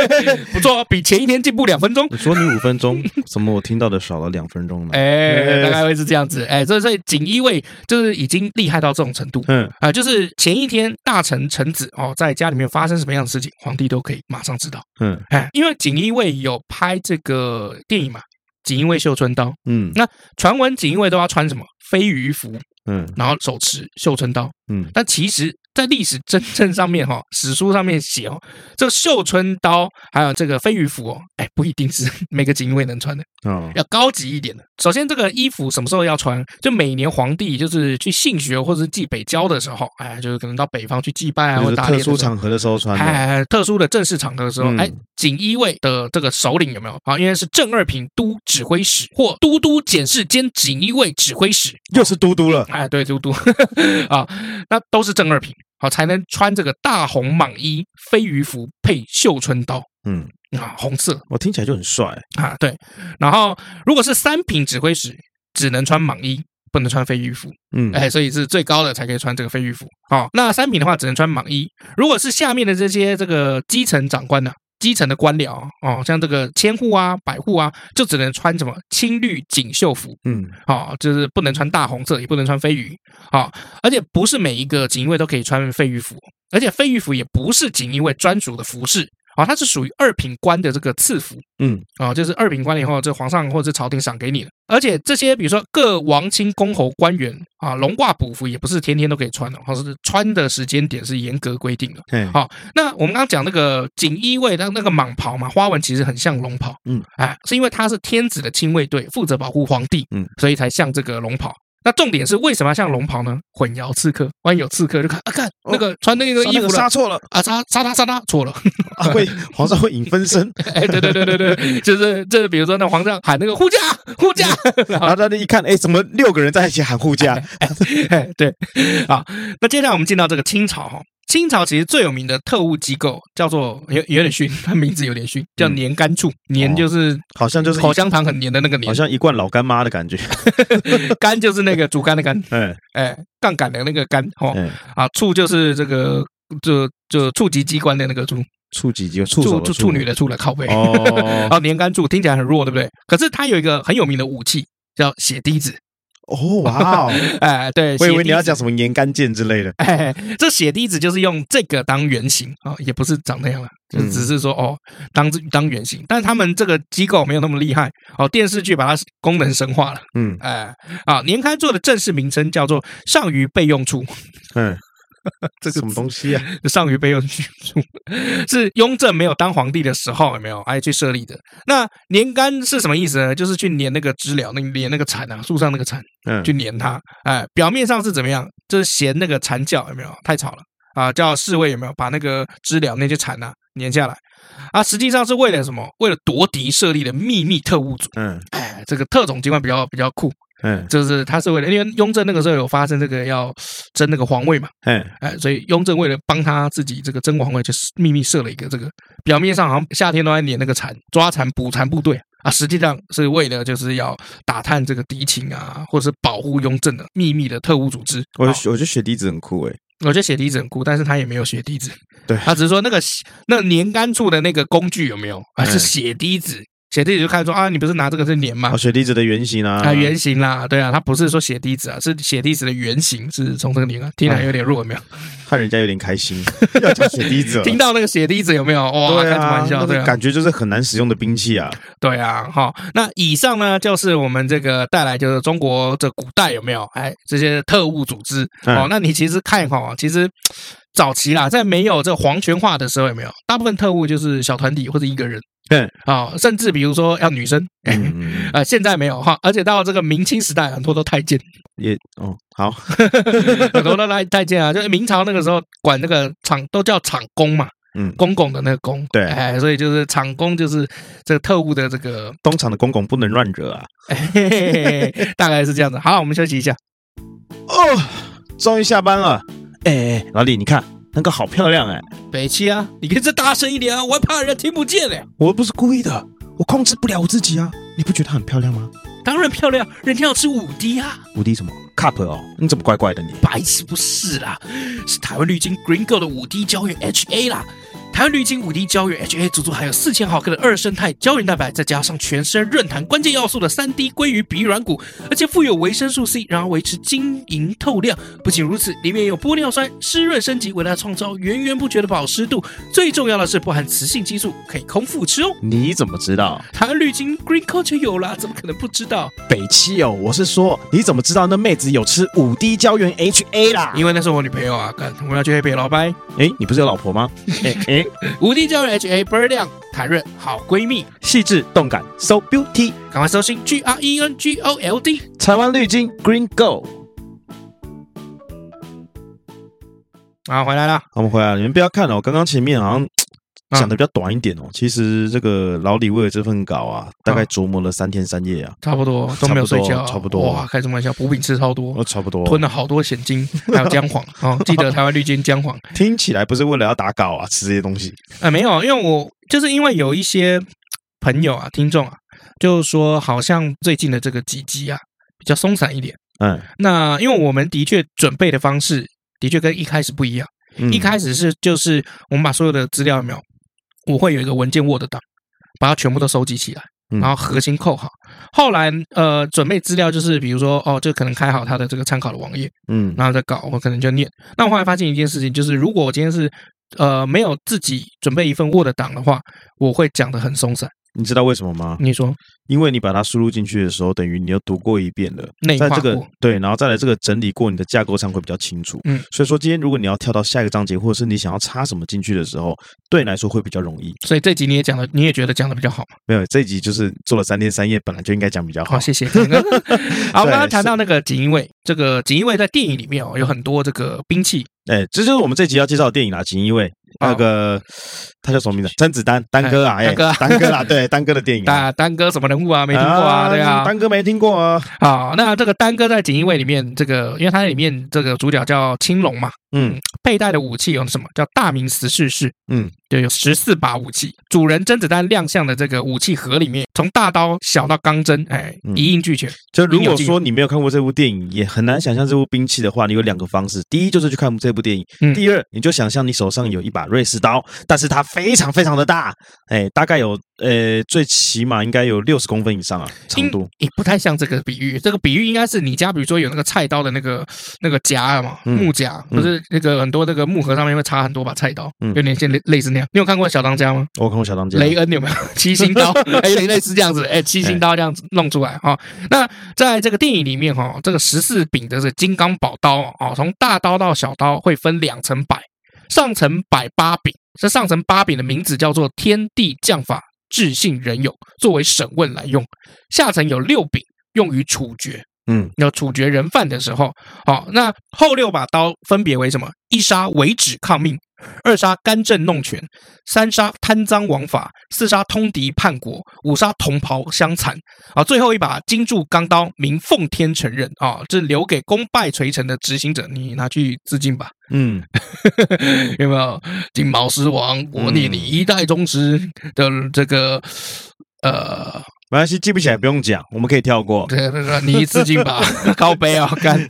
Speaker 2: 得比人快。
Speaker 1: 不错哦，比前一天进步两分钟。
Speaker 2: 你说你五分钟，怎么我听到的少了两分钟呢？
Speaker 1: 哎，
Speaker 2: 哎
Speaker 1: 大概会是这样子，哎，所以所以锦衣卫就是已经厉害到这种程度，
Speaker 2: 嗯
Speaker 1: 啊、就是前一天大臣臣子哦，在家里面发生什么样的事情，皇帝都可以马上知道。
Speaker 2: 嗯
Speaker 1: 哎，因为锦衣卫有拍这个电影嘛，《锦衣卫绣春刀》，
Speaker 2: 嗯
Speaker 1: 传闻锦衣卫都要穿什么飞鱼服，
Speaker 2: 嗯
Speaker 1: 然后手持绣春刀。
Speaker 2: 嗯，
Speaker 1: 但其实，在历史真正上面哈、 哦，史书上面写哦，这个绣春刀还有这个飞鱼服哦，哎，不一定是每个锦衣卫能穿的。
Speaker 2: 哦
Speaker 1: 要高级一点的。首先，这个衣服什么时候要穿？就每年皇帝就是去信学或者是祭北郊的时候，哎，就是可能到北方去祭拜啊，或
Speaker 2: 就
Speaker 1: 者
Speaker 2: 是
Speaker 1: 打猎
Speaker 2: 特
Speaker 1: 的时候
Speaker 2: 殊场合的时候穿的。
Speaker 1: 哎，特殊的正式场合的时候，
Speaker 2: 嗯
Speaker 1: 哎，锦衣卫的这个首领有没有啊？因为是正二品都指挥使或都督检视兼锦衣卫指挥使，
Speaker 2: 又是嘟嘟了，
Speaker 1: 哎，对，都督 啊，那都是正二品，好、才能穿这个大红蟒衣、飞鱼服配绣春刀
Speaker 2: 嗯，
Speaker 1: 啊，红色
Speaker 2: 我听起来就很帅。
Speaker 1: 啊，对。然后如果是三品指挥使，只能穿蟒衣，不能穿飞鱼服。
Speaker 2: 嗯，
Speaker 1: 哎，所以是最高的才可以穿这个飞鱼服哦。那三品的话只能穿蟒衣，如果是下面的这些这个基层长官呢、基层的官僚啊哦，像这个千户啊、百户啊，就只能穿什么青绿锦绣服
Speaker 2: 嗯
Speaker 1: 哦，就是不能穿大红色，也不能穿飞鱼哦。而且不是每一个锦衣卫都可以穿飞鱼服，而且飞鱼服也不是锦衣卫专属的服饰哦，它是属于二品官的这个赐服。
Speaker 2: 嗯
Speaker 1: 哦，就是二品官以后，这皇上或者是朝廷赏给你的。而且这些比如说各王亲公侯官员啊，龙褂补服也不是天天都可以穿的，或是穿的时间点是严格规定的。
Speaker 2: 嘿，
Speaker 1: 好、那我们刚刚讲那个锦衣卫，那那个蟒袍嘛，花纹其实很像龙袍，
Speaker 2: 嗯，
Speaker 1: 哎，是因为它是天子的亲卫队，负责保护皇帝，
Speaker 2: 嗯，
Speaker 1: 所以才像这个龙袍。那重点是为什么要像龙袍呢？混淆刺客，万一有刺客就看啊，看那个穿那个
Speaker 2: 杀
Speaker 1: 衣
Speaker 2: 哦那个
Speaker 1: 服
Speaker 2: 杀
Speaker 1: 了
Speaker 2: 错了，
Speaker 1: 啊，杀杀他杀他，错了，
Speaker 2: 啊会皇上会引分身，
Speaker 1: 哎，对对对对对，就是就是，比如说那皇上喊那个护驾护 驾， 然
Speaker 2: 然
Speaker 1: 后
Speaker 2: 后大家一看，哎，怎么六个人在一起喊护驾？
Speaker 1: 哎对啊。那接下来我们进到这个清朝哈，清朝其实最有名的特务机构叫做有有点逊，它名字有点逊，叫
Speaker 2: 嗯
Speaker 1: 年干处，年
Speaker 2: 哦
Speaker 1: 就是
Speaker 2: 好像就是一
Speaker 1: 口香糖很黏的那个黏
Speaker 2: 好，像一罐老干妈的 感觉。
Speaker 1: 干 就是那个竹竿的竿，
Speaker 2: 哎
Speaker 1: 哎，杠杆的那个杆哦
Speaker 2: 哎，
Speaker 1: 啊，处就是这个就就处级机关的那个处，
Speaker 2: 处几级？触手
Speaker 1: 处
Speaker 2: 的
Speaker 1: 处处女的处了靠背。
Speaker 2: 哦
Speaker 1: 哦，年干柱听起来很弱，对不对？可是它有一个很有名的武器叫血滴子，
Speaker 2: 哦哇哦！
Speaker 1: 哎，对，
Speaker 2: 我以
Speaker 1: 血滴
Speaker 2: 为你要
Speaker 1: 子
Speaker 2: 讲什么年干剑之类的。
Speaker 1: 哎，这血滴子就是用这个当原型啊、也不是长那样了，就
Speaker 2: 嗯
Speaker 1: 只是说哦，当当原型。但他们这个机构没有那么厉害哦，电视剧把它功能神化了。
Speaker 2: 嗯
Speaker 1: 哎啊，年刊做的正式名称叫做上虞备用处，
Speaker 2: 嗯，
Speaker 1: 这
Speaker 2: 什么东西啊？
Speaker 1: 上虞被用叙述， 是雍正没有当皇帝的时候，有没有？哎，去设立的。那年干是什么意思呢？就是去粘那个知了，那粘那个蝉啊，树上那个蝉，
Speaker 2: 嗯，
Speaker 1: 去粘它。哎，表面上是怎么样？就是嫌那个蝉叫有没有太吵了啊？叫侍卫有没有把那个知了那些蝉啊粘下来？啊，实际上是为了什么？为了夺嫡设立的秘密特务组。
Speaker 2: 嗯
Speaker 1: 哎，这个特种机关比较比较酷，
Speaker 2: 嗯
Speaker 1: 就是他是为了，因为雍正那个时候有发生这个要争那个皇位嘛，
Speaker 2: 嗯
Speaker 1: 哎，所以雍正为了帮他自己这个争皇位，就是秘密设了一个这个，表面上好像夏天都在撵那个蝉，抓蝉捕蝉部队啊，实际上是为了就是要打探这个敌情啊，或者是保护雍正的秘密的特务组织。
Speaker 2: 我
Speaker 1: 好
Speaker 2: 觉得我觉得雪滴子很酷诶。欸
Speaker 1: 我觉得写笛子很酷，但是他也没有写笛子，
Speaker 2: 对
Speaker 1: 他只是说那个那年干处的那个工具有没有啊？
Speaker 2: 嗯
Speaker 1: 是写笛子，写笛子就看说啊，你不是拿这个是粘吗
Speaker 2: 哦，？雪滴子的原型啊，
Speaker 1: 啊，原型啦，对啊，他不是说写笛子啊，是写笛子的原型是从这个年啊，听起
Speaker 2: 哎
Speaker 1: 来有点弱，有没有？
Speaker 2: 看人家有点 开心，要讲雪滴子了，
Speaker 1: 听到那个血滴子有没有？哇，
Speaker 2: 对
Speaker 1: 开什么
Speaker 2: 啊，
Speaker 1: 玩笑？
Speaker 2: 那
Speaker 1: 对
Speaker 2: 个
Speaker 1: 啊，
Speaker 2: 感觉就是很难使用的兵器啊。
Speaker 1: 对啊，好。那以上呢，就是我们这个带来就是中国这古代有没有？哎，这些特务组织
Speaker 2: 嗯
Speaker 1: 哦。那你其实看哈，其实早期啦，在没有这皇权化的时候，有没有？大部分特务就是小团体或者一个人
Speaker 2: 对，
Speaker 1: 啊，甚至比如说要女生。
Speaker 2: 嗯嗯，
Speaker 1: 呃，现在没有哈，而且到这个明清时代，很多都太监，
Speaker 2: 也哦，好，
Speaker 1: 很多都太太监啊。就是明朝那个时候，管那个厂都叫厂工嘛，
Speaker 2: 嗯，
Speaker 1: 公公的那个公，
Speaker 2: 对
Speaker 1: 哎，所以就是厂工就是这个特务的这个，
Speaker 2: 东厂的公公不能乱惹啊。
Speaker 1: 嘿嘿嘿大概是这样子。好，我们休息一下。
Speaker 2: 哦，终于下班了。哎、哎，老李，你看那个好漂亮哎、
Speaker 1: 北七啊，你可以再大声一点啊，我还怕人家听不见嘞。
Speaker 2: 我又不是故意的，我控制不了我自己啊。你不觉得很漂亮吗？
Speaker 1: 当然漂亮，人家要吃五滴啊，
Speaker 2: 五 D 什么 cup 哦？你怎么怪怪的你？
Speaker 1: 白痴不是啦，是台湾绿金 Green Gold 的五滴胶原 HA 啦。台湾绿金五滴胶原 HA 足足含有四千毫克的二生态胶原蛋白，再加上全身润弹关键要素的三 D 鲑鱼鼻软骨，而且富有维生素 C，让它维持晶莹透亮。不仅如此，里面有玻尿酸湿润升级，为它创造源源不绝的保湿度。最重要的是，不含雌性激素，可以空腹吃哦。
Speaker 2: 你怎么知道？
Speaker 1: 台湾绿金 Green Gold 就有啦，怎么可能不知道？
Speaker 2: 北七哦，我是说，你怎么知道那妹子有吃五 D 胶原 HA 啦？
Speaker 1: 因为那是我女朋友啊，干，我要去黑北老白。
Speaker 2: 哎、你不是有老婆 吗？哎哎、
Speaker 1: 无敌教育 HA 倍儿亮，谈论好闺蜜，
Speaker 2: 细致动感，so beauty，
Speaker 1: 赶快搜寻 G R E N G O L D。
Speaker 2: 台湾绿金 Green Go。
Speaker 1: 啊，回来了，
Speaker 2: 好我们回来了，你们不要看了、哦，刚刚前面好像
Speaker 1: 啊
Speaker 2: 讲的比较短一点哦。其实这个老李为了这份稿啊，大概
Speaker 1: 啊
Speaker 2: 琢磨了三天三夜啊，
Speaker 1: 差不多都没有睡觉，
Speaker 2: 差不多
Speaker 1: 哇，开什么玩笑？补品吃超多，
Speaker 2: 哦，差不多。
Speaker 1: 吞了啊好多咸精， 还有姜黄。哦， 记得台湾绿金姜黄。
Speaker 2: 听起来不是为了要打稿啊，吃这些东西。
Speaker 1: 啊，没有，因为我就是因为有一些朋友啊、听众啊，就说好像最近的这个几集啊比较松散一点。
Speaker 2: 嗯，
Speaker 1: 那因为我们的确准备的方式的确跟一开始不一样。
Speaker 2: 嗯
Speaker 1: 一开始是就是我们把所有的资料有没有，我会有一个文件 Word 档，把它全部都收集起来，
Speaker 2: 嗯
Speaker 1: 然后核心扣好。后来呃，准备资料就是比如说哦，就可能开好它的这个参考的网页，
Speaker 2: 嗯
Speaker 1: 然后再搞，我可能就念。那我后来发现一件事情，就是如果我今天是呃没有自己准备一份 Word 档的话，我会讲的很松散。
Speaker 2: 你知道为什么吗？
Speaker 1: 你说
Speaker 2: 因为你把它输入进去的时候，等于你又读过一遍了，
Speaker 1: 内
Speaker 2: 在
Speaker 1: 化
Speaker 2: 这个
Speaker 1: 过
Speaker 2: 对，然后再来这个整理过，你的架构上会比较清楚。
Speaker 1: 嗯，
Speaker 2: 所以说今天如果你要跳到下一个章节，或者是你想要插什么进去的时候，对你来说会比较容易。
Speaker 1: 所以这集你也讲的，你也觉得讲的比较好嘛？
Speaker 2: 没有这一集就是做了三天三夜，本来就应该讲比较好。
Speaker 1: 好，谢 谢。好，我 们刚刚谈到那个锦衣卫，这个锦衣卫在电影里面哦有很多这个兵器，
Speaker 2: 哎，这就是我们这集要介绍的电影啦，锦衣卫。那个他叫什么名字？甄子丹，丹哥啊，哎，
Speaker 1: 丹哥啊
Speaker 2: 丹哥啦，对，丹哥的电影啊，
Speaker 1: 大 丹哥什么人物啊？没听过啊，对啊。
Speaker 2: 丹哥没听过啊，
Speaker 1: 好，那这个丹哥在《锦衣卫》里面，这个因为他里面这个主角叫青龙嘛，
Speaker 2: 嗯
Speaker 1: 佩戴的武器有什么叫大明十四式，
Speaker 2: 嗯，
Speaker 1: 就有十四把武器。主人甄子丹亮相的这个武器盒里面，从大刀小到钢针，哎，
Speaker 2: 嗯
Speaker 1: 一应俱全。
Speaker 2: 就如
Speaker 1: 应有
Speaker 2: 果
Speaker 1: 尽
Speaker 2: 说你没有看过这部电影，也很难想象这部兵器的话，你有两个方式：第一就是去看这部电影；
Speaker 1: 嗯
Speaker 2: 第二，你就想象你手上有一把瑞士刀，但是它非常非常的大，哎，大概有呃最起码应该有六十公分以上啊，长度。
Speaker 1: 也不太像这个比喻，这个比喻应该是你家，比如说有那个菜刀的那个那个夹嘛，
Speaker 2: 嗯
Speaker 1: 木夹，不是那个很多那个木盒上面会插很多把菜刀，
Speaker 2: 嗯
Speaker 1: 有点像类类似那样。你有看过小当家吗？
Speaker 2: 我看过小当家，
Speaker 1: 雷恩有没有七星刀？ 哎，有点类似这样子，哎，七星刀这样子弄出来哈、那在这个电影里面哈、这个十四柄的这个金刚宝刀哦，从大刀到小刀会分两层摆，上层摆八柄，这上层八柄的名字叫做天地降法智信人勇，作为审问来用；下层有六柄用于处决，
Speaker 2: 嗯
Speaker 1: 要处决人犯的时候，好、那后六把刀分别为什么？一杀为止抗命，二杀干政弄权，三杀贪赃枉法，四杀通敌叛国，五杀同袍相残。啊，最后一把金柱钢刀名奉天承认啊，这留给功败垂成的执行者，你拿去自尽吧。
Speaker 2: 嗯，
Speaker 1: 有没有？金毛狮王，我念你一代宗师的这个呃
Speaker 2: 没关系，记不起来不用讲，我们可以跳 过。
Speaker 1: 对对对，你自己 吧，高杯啊，干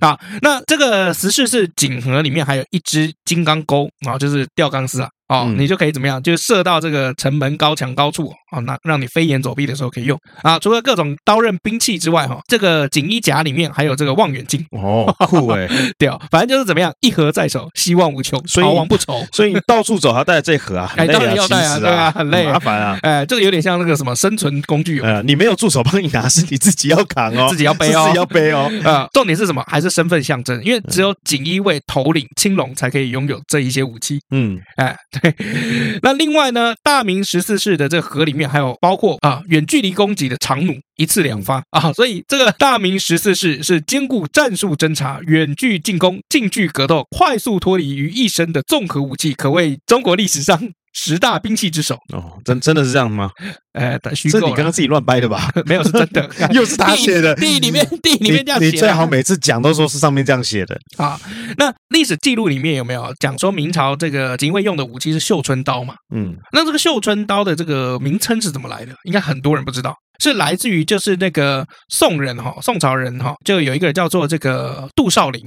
Speaker 1: 啊！那这个十四式锦盒里面还有一只金刚钩啊，就是吊钢丝啊，哦，
Speaker 2: 嗯
Speaker 1: 你就可以怎么样，就射到这个城门高墙高处啊，哦那让你飞檐走壁的时候可以用啊。除了各种刀刃兵器之外，哈，这个锦衣夹里面还有这个望远镜，
Speaker 2: 哦，酷哎！
Speaker 1: 对哦，反正就是怎么样，一盒在手，希望无穷，
Speaker 2: 所以
Speaker 1: 逃亡不愁。
Speaker 2: 所以你到处走还要带着这盒啊，很
Speaker 1: 哎
Speaker 2: 累
Speaker 1: 当然
Speaker 2: 啊，
Speaker 1: 要
Speaker 2: 其
Speaker 1: 带啊
Speaker 2: 实
Speaker 1: 对啊
Speaker 2: 啊，
Speaker 1: 很累
Speaker 2: 麻烦啊。
Speaker 1: 哎，这个有点像那个什么生存工具哦，
Speaker 2: 呃，你没有助手帮你拿，是你自己要扛哦，
Speaker 1: 自己要背哦
Speaker 2: 是自己要背哦。
Speaker 1: 啊、重点是什么？还是身份象征，因为只有锦衣卫头领青龙才可以拥有这一些武器。
Speaker 2: 嗯，
Speaker 1: 哎，对。 那另外呢，大明十四世的这个河里面还有包括啊远距离攻击的长弩，一次两发啊，所以这个大明十四世是兼顾战术侦察、远距进攻、近距格斗、快速脱离于一身的综合武器，可谓中国历史上十大兵器之首。
Speaker 2: 哦，真真的是这样吗？
Speaker 1: 呃，虚
Speaker 2: 这
Speaker 1: 构
Speaker 2: 你
Speaker 1: 啦
Speaker 2: 刚刚自己乱掰 的吧？
Speaker 1: 没有是真的，
Speaker 2: 又是他写 的
Speaker 1: 地地里面地里
Speaker 2: 你
Speaker 1: 面这样写
Speaker 2: 你
Speaker 1: 的，
Speaker 2: 最好每次讲都说是上面这样写的。
Speaker 1: 啊，那历史记录里面有没有讲说明朝这个警卫用的武器是绣春刀嘛？
Speaker 2: 嗯，
Speaker 1: 那这个绣春刀的这个名称是怎么来的？应该很多人不知道，是来自于就是那个宋人哈、宋朝人哈、就有一个人叫做这个杜少陵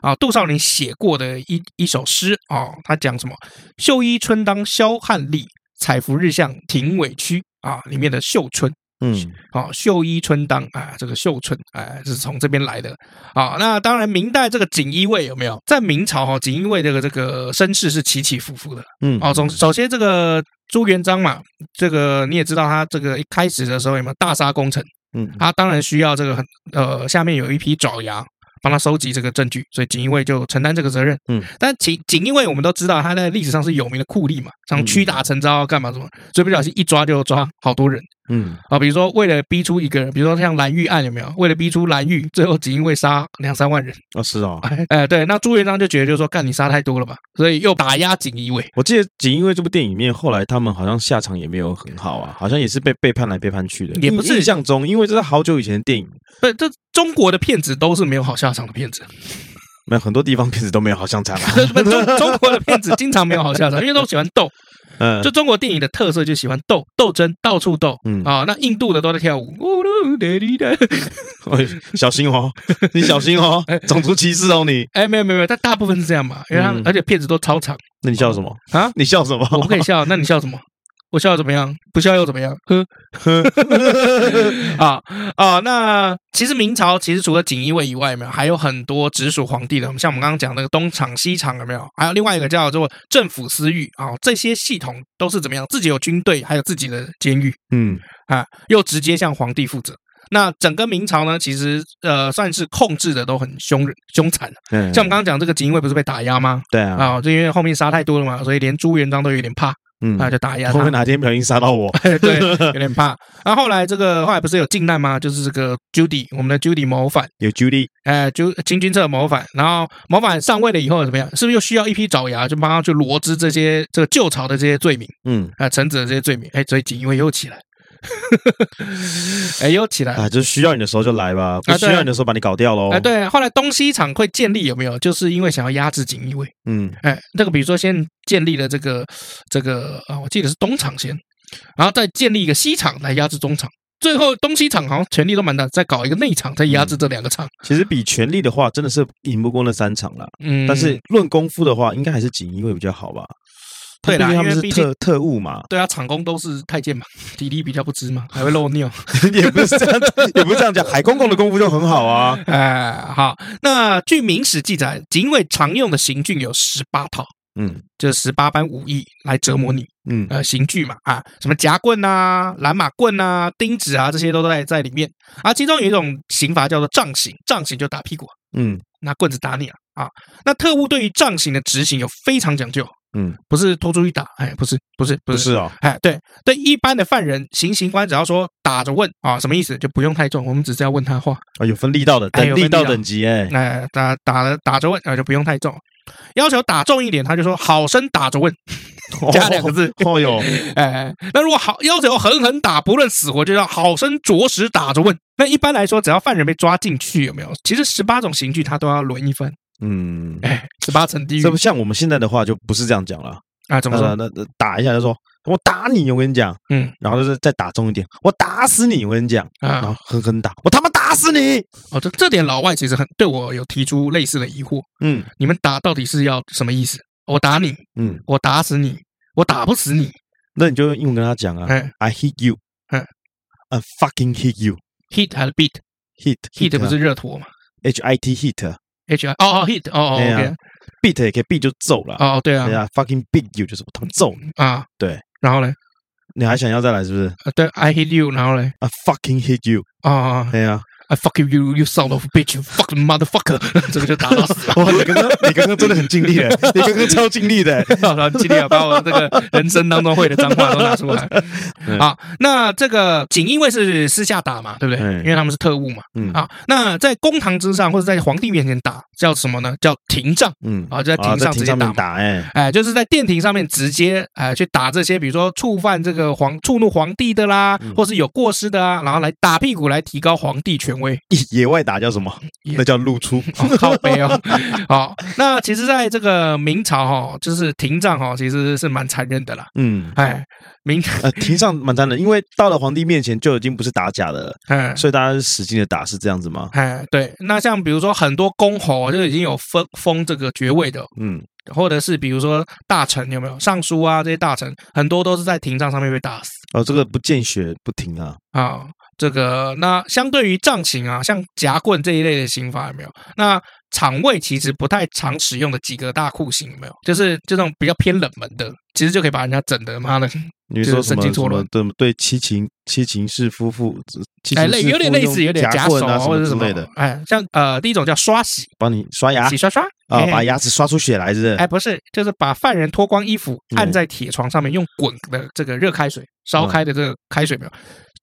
Speaker 1: 啊，杜少陵写过的一一首诗哦，他讲什么“绣衣春当消汉吏，采服日向庭委屈”啊，里面的绣春。
Speaker 2: 嗯，
Speaker 1: 好、绣衣春当啊，这个绣春哎，是从这边来的啊。那当然，明代这个锦衣卫有没有？在明朝哈、锦衣卫这个这个身世是起起伏伏的
Speaker 2: 嗯，
Speaker 1: 哦。从首先这个朱元璋嘛，这个你也知道，他这个一开始的时候有没有大杀功臣？
Speaker 2: 嗯，
Speaker 1: 他当然需要这个很呃，下面有一批爪牙帮他收集这个证据，所以锦衣卫就承担这个责任。
Speaker 2: 嗯，
Speaker 1: 但锦锦衣卫我们都知道，他在历史上是有名的酷吏嘛，像屈打成招干嘛什么，所以不小心一抓就抓好多人。
Speaker 2: 嗯，
Speaker 1: 啊，比如说为了逼出一个人，比如说像蓝玉案有没有？为了逼出蓝玉，最后只因为杀两三万人，
Speaker 2: 哦，是哦。
Speaker 1: 哎、对，那朱元璋就觉得就是说，干你杀太多了吧，所以又打压锦衣卫。
Speaker 2: 我记得仅因为这部电影里面，后来他们好像下场也没有很好啊，好像也是被背叛来背叛去的。
Speaker 1: 也不是
Speaker 2: 印象中，因为这是好久以前的电影，
Speaker 1: 不，这中国的骗子都是没有好下场的骗子，
Speaker 2: 那很多地方片子都没有好下场 啊。
Speaker 1: 不不中中国的骗子经常没有好下场，因为都喜欢斗。
Speaker 2: 嗯
Speaker 1: 就，中国电影的特色就喜欢斗斗争，到处斗。
Speaker 2: 嗯
Speaker 1: 啊，那印度的都在跳舞， 呜噜哒哩哒
Speaker 2: 哎小 心哦，你小心哦，
Speaker 1: 哎
Speaker 2: 种族歧视哦你。
Speaker 1: 哎，没有没有，没有，但大部分是这样嘛，因为他们、
Speaker 2: 嗯
Speaker 1: 而且骗子都超长
Speaker 2: 那你笑什么？
Speaker 1: 啊，
Speaker 2: 你笑什么？
Speaker 1: 我不可以笑，那你笑什么？我笑又怎么样？不笑又怎么样？呵，啊啊！那其实明朝其实除了锦衣卫以外，有没有还有很多直属皇帝的？像我们刚刚讲那个东厂、西厂，有没有？还有另外一个叫做政府私狱啊、这些系统都是怎么样？自己有军队，还有自己的监狱
Speaker 2: 嗯
Speaker 1: 啊，又直接向皇帝负责。那整个明朝呢，其实呃算是控制的都很凶人凶残。
Speaker 2: 嗯，
Speaker 1: 像我们刚刚讲这个锦衣卫不是被打压吗？
Speaker 2: 对啊，
Speaker 1: 啊，就因为后面杀太多了嘛，所以连朱元璋都有点怕。
Speaker 2: 嗯，
Speaker 1: 啊，就打压
Speaker 2: 会不
Speaker 1: 他
Speaker 2: 会。哪天不小心杀到我？
Speaker 1: 对，有点怕。然后后来这个后来不是有靖难吗？就是这个 Judy，我们的 Judy 谋反，
Speaker 2: 有 Judy，
Speaker 1: 哎、就清君侧谋反。然后谋反上位了以后怎么样？是不是又需要一批爪牙，就帮他去罗织这些这个旧朝的这些罪名
Speaker 2: 嗯
Speaker 1: 啊、臣子的这些罪名？哎，所以锦衣卫又起来， 哎，又起来。
Speaker 2: 啊，就是需要你的时候就来吧，不需要你的时候把你搞掉喽。
Speaker 1: 哎，，啊对，后来东西厂会建立有没有？就是因为想要压制锦衣卫。
Speaker 2: 嗯
Speaker 1: 哎，那个比如说先建立了这个这个啊，我记得是东厂先，然后再建立一个西厂来压制中厂，最后东西厂好像权力都蛮大，再搞一个内厂再
Speaker 2: 嗯
Speaker 1: 压制这两个厂。
Speaker 2: 其实比权力的话，真的是赢不过那三场啦。
Speaker 1: 嗯，
Speaker 2: 但是论功夫的话，应该还是锦衣卫比较好吧？
Speaker 1: 对啦
Speaker 2: 毕竟他
Speaker 1: 因
Speaker 2: 们
Speaker 1: 为
Speaker 2: 是
Speaker 1: 毕竟
Speaker 2: 特特 务嘛，
Speaker 1: 对啊，厂工都是太监嘛，体力比较不支嘛，还会漏 尿。
Speaker 2: 也不是这样，也不是这样讲。海公公的功夫就很 好啊。
Speaker 1: 哎，好，那据明史记载，仅为常用的刑具有十八套。
Speaker 2: 嗯
Speaker 1: 这十八般武艺来折磨你，
Speaker 2: 嗯
Speaker 1: 呃，刑具嘛，啊，什么夹棍啊、蓝马棍啊、钉子啊，这些都在在里面啊。其中有一种刑罚叫做杖刑，杖刑就打屁股，
Speaker 2: 嗯
Speaker 1: 拿棍子打你啊啊。那特务对于杖刑的执行有非常讲究，
Speaker 2: 嗯，
Speaker 1: 不是拖出去打，哎，不是，不是，
Speaker 2: 不是哦，
Speaker 1: 哎，对对，一般的犯人，行刑官只要说打着问啊，什么意思就不用太重，我们只是要问他话。
Speaker 2: 哦有分力道的，
Speaker 1: 哎
Speaker 2: 等
Speaker 1: 有
Speaker 2: 力
Speaker 1: 分力
Speaker 2: 道
Speaker 1: 道
Speaker 2: 等级哎，
Speaker 1: 那打打了打着问啊，就不用太重。要求打重一点，他就说好生打着问， 加两个字。
Speaker 2: 哦哟，
Speaker 1: 哎，那如果好要求狠狠打，不论死活，就叫好生着实打着问。那一般来说，只要犯人被抓进去，有没有？其实十八种刑具他都要轮一番，
Speaker 2: 嗯，
Speaker 1: 哎，十八层地狱
Speaker 2: 这不像我们现在的话就不是这样讲了，
Speaker 1: 啊？怎么
Speaker 2: 那
Speaker 1: 说？
Speaker 2: 那那打一下就说我打你，我跟你讲，
Speaker 1: 嗯
Speaker 2: 然后就是再打重一点，我打死你，我跟你讲，然
Speaker 1: 啊
Speaker 2: 后，狠狠打，我他妈打死你，
Speaker 1: 哦，这这点老外其实很对我有提出类似的疑惑，
Speaker 2: 嗯
Speaker 1: 你们打到底是要什么意思？我打你，
Speaker 2: 嗯，
Speaker 1: 我打死你，我打不死你，
Speaker 2: 那你就用英文跟他讲啊
Speaker 1: 哎
Speaker 2: ，I hit you，
Speaker 1: 嗯
Speaker 2: ，I fucking hit you，hit
Speaker 1: ，hit 还是 beat？hit
Speaker 2: hit 啊
Speaker 1: 不是热陀嘛
Speaker 2: H I T hit。
Speaker 1: ？H I 哦哦 hit 哦哦
Speaker 2: 对啊
Speaker 1: OK
Speaker 2: beat 也可以 beat 就揍了，
Speaker 1: 哦对啊
Speaker 2: 对啊，fucking beat you 就是我他妈揍你，
Speaker 1: 啊
Speaker 2: 对，
Speaker 1: 然后嘞
Speaker 2: 你还想要再来是不是
Speaker 1: 啊对 I hit you，然后嘞
Speaker 2: ？I fucking hit you，
Speaker 1: 啊
Speaker 2: 对啊，
Speaker 1: I fuck you you you son of a bitch you fuck motherfucker，这 个就打到死
Speaker 2: 哇，你刚刚你刚刚真的很尽力了，你刚刚超尽力的，
Speaker 1: 然后尽力地把我这个人生当中会的脏话都拿出 来
Speaker 2: 嗯
Speaker 1: 啊。那这个锦衣卫是私下打嘛，对不对？
Speaker 2: 嗯
Speaker 1: 因为他们是特务嘛。
Speaker 2: 嗯
Speaker 1: 啊，那在公堂之上或者在皇帝面前打叫什么呢？叫廷杖。
Speaker 2: 嗯，
Speaker 1: 啊就在
Speaker 2: 啊
Speaker 1: 庭上直接打
Speaker 2: 面
Speaker 1: 嘛
Speaker 2: 打，哎，
Speaker 1: 哎，就是在殿庭上面直接哎去打这些，比如说触犯这个皇触怒皇帝的啦，或是有过失的啊，然后来打屁股来提高皇帝权威。
Speaker 2: 野外打叫什么？
Speaker 1: 野
Speaker 2: 那叫露出，
Speaker 1: 哦、靠背哦，好，那其实在这个明朝哈、哦，就是廷杖哈、哦，其实是蛮残忍的啦。
Speaker 2: 嗯。
Speaker 1: 哎，明
Speaker 2: 呃，庭上蛮残忍，因为到了皇帝面前就已经不是打假的了，
Speaker 1: 哎
Speaker 2: 所以大家是使劲的打，是这样子吗？
Speaker 1: 哎对，那像比如说很多公侯啊就已经有封封这个爵位的，
Speaker 2: 嗯，
Speaker 1: 或者是比如说大臣有没有尚书啊这些大臣，很多都是在廷杖上面被打死。
Speaker 2: 哦，这个不见血不停啊，
Speaker 1: 啊，这个那相对于杖刑啊，像夹棍这一类的刑罚有没有？那场位其实不太常使用的几个大酷刑有没有？就是这种比较偏冷门的，其实就可以把人家整的妈的，
Speaker 2: 你
Speaker 1: 就是
Speaker 2: 说什
Speaker 1: 神
Speaker 2: 么
Speaker 1: 经错
Speaker 2: 什么
Speaker 1: 乱
Speaker 2: 对对七情七情氏夫妇，呃七
Speaker 1: 哎，
Speaker 2: 情
Speaker 1: 类
Speaker 2: 氏
Speaker 1: 有点
Speaker 2: 夫
Speaker 1: 类似，
Speaker 2: 用
Speaker 1: 有点
Speaker 2: 夹
Speaker 1: 夹手
Speaker 2: 棍
Speaker 1: 啊
Speaker 2: 啊
Speaker 1: 或者
Speaker 2: 之
Speaker 1: 什么
Speaker 2: 类的，，
Speaker 1: 哎，像呃第一种叫刷洗，
Speaker 2: 帮你刷牙
Speaker 1: 洗刷刷
Speaker 2: 啊，
Speaker 1: 哎
Speaker 2: 把牙齿刷出血来是不是？
Speaker 1: 哎，不是，就是把犯人脱光衣服，
Speaker 2: 嗯
Speaker 1: 按在铁床上面，用滚的这个热开水烧开的这个开水没有，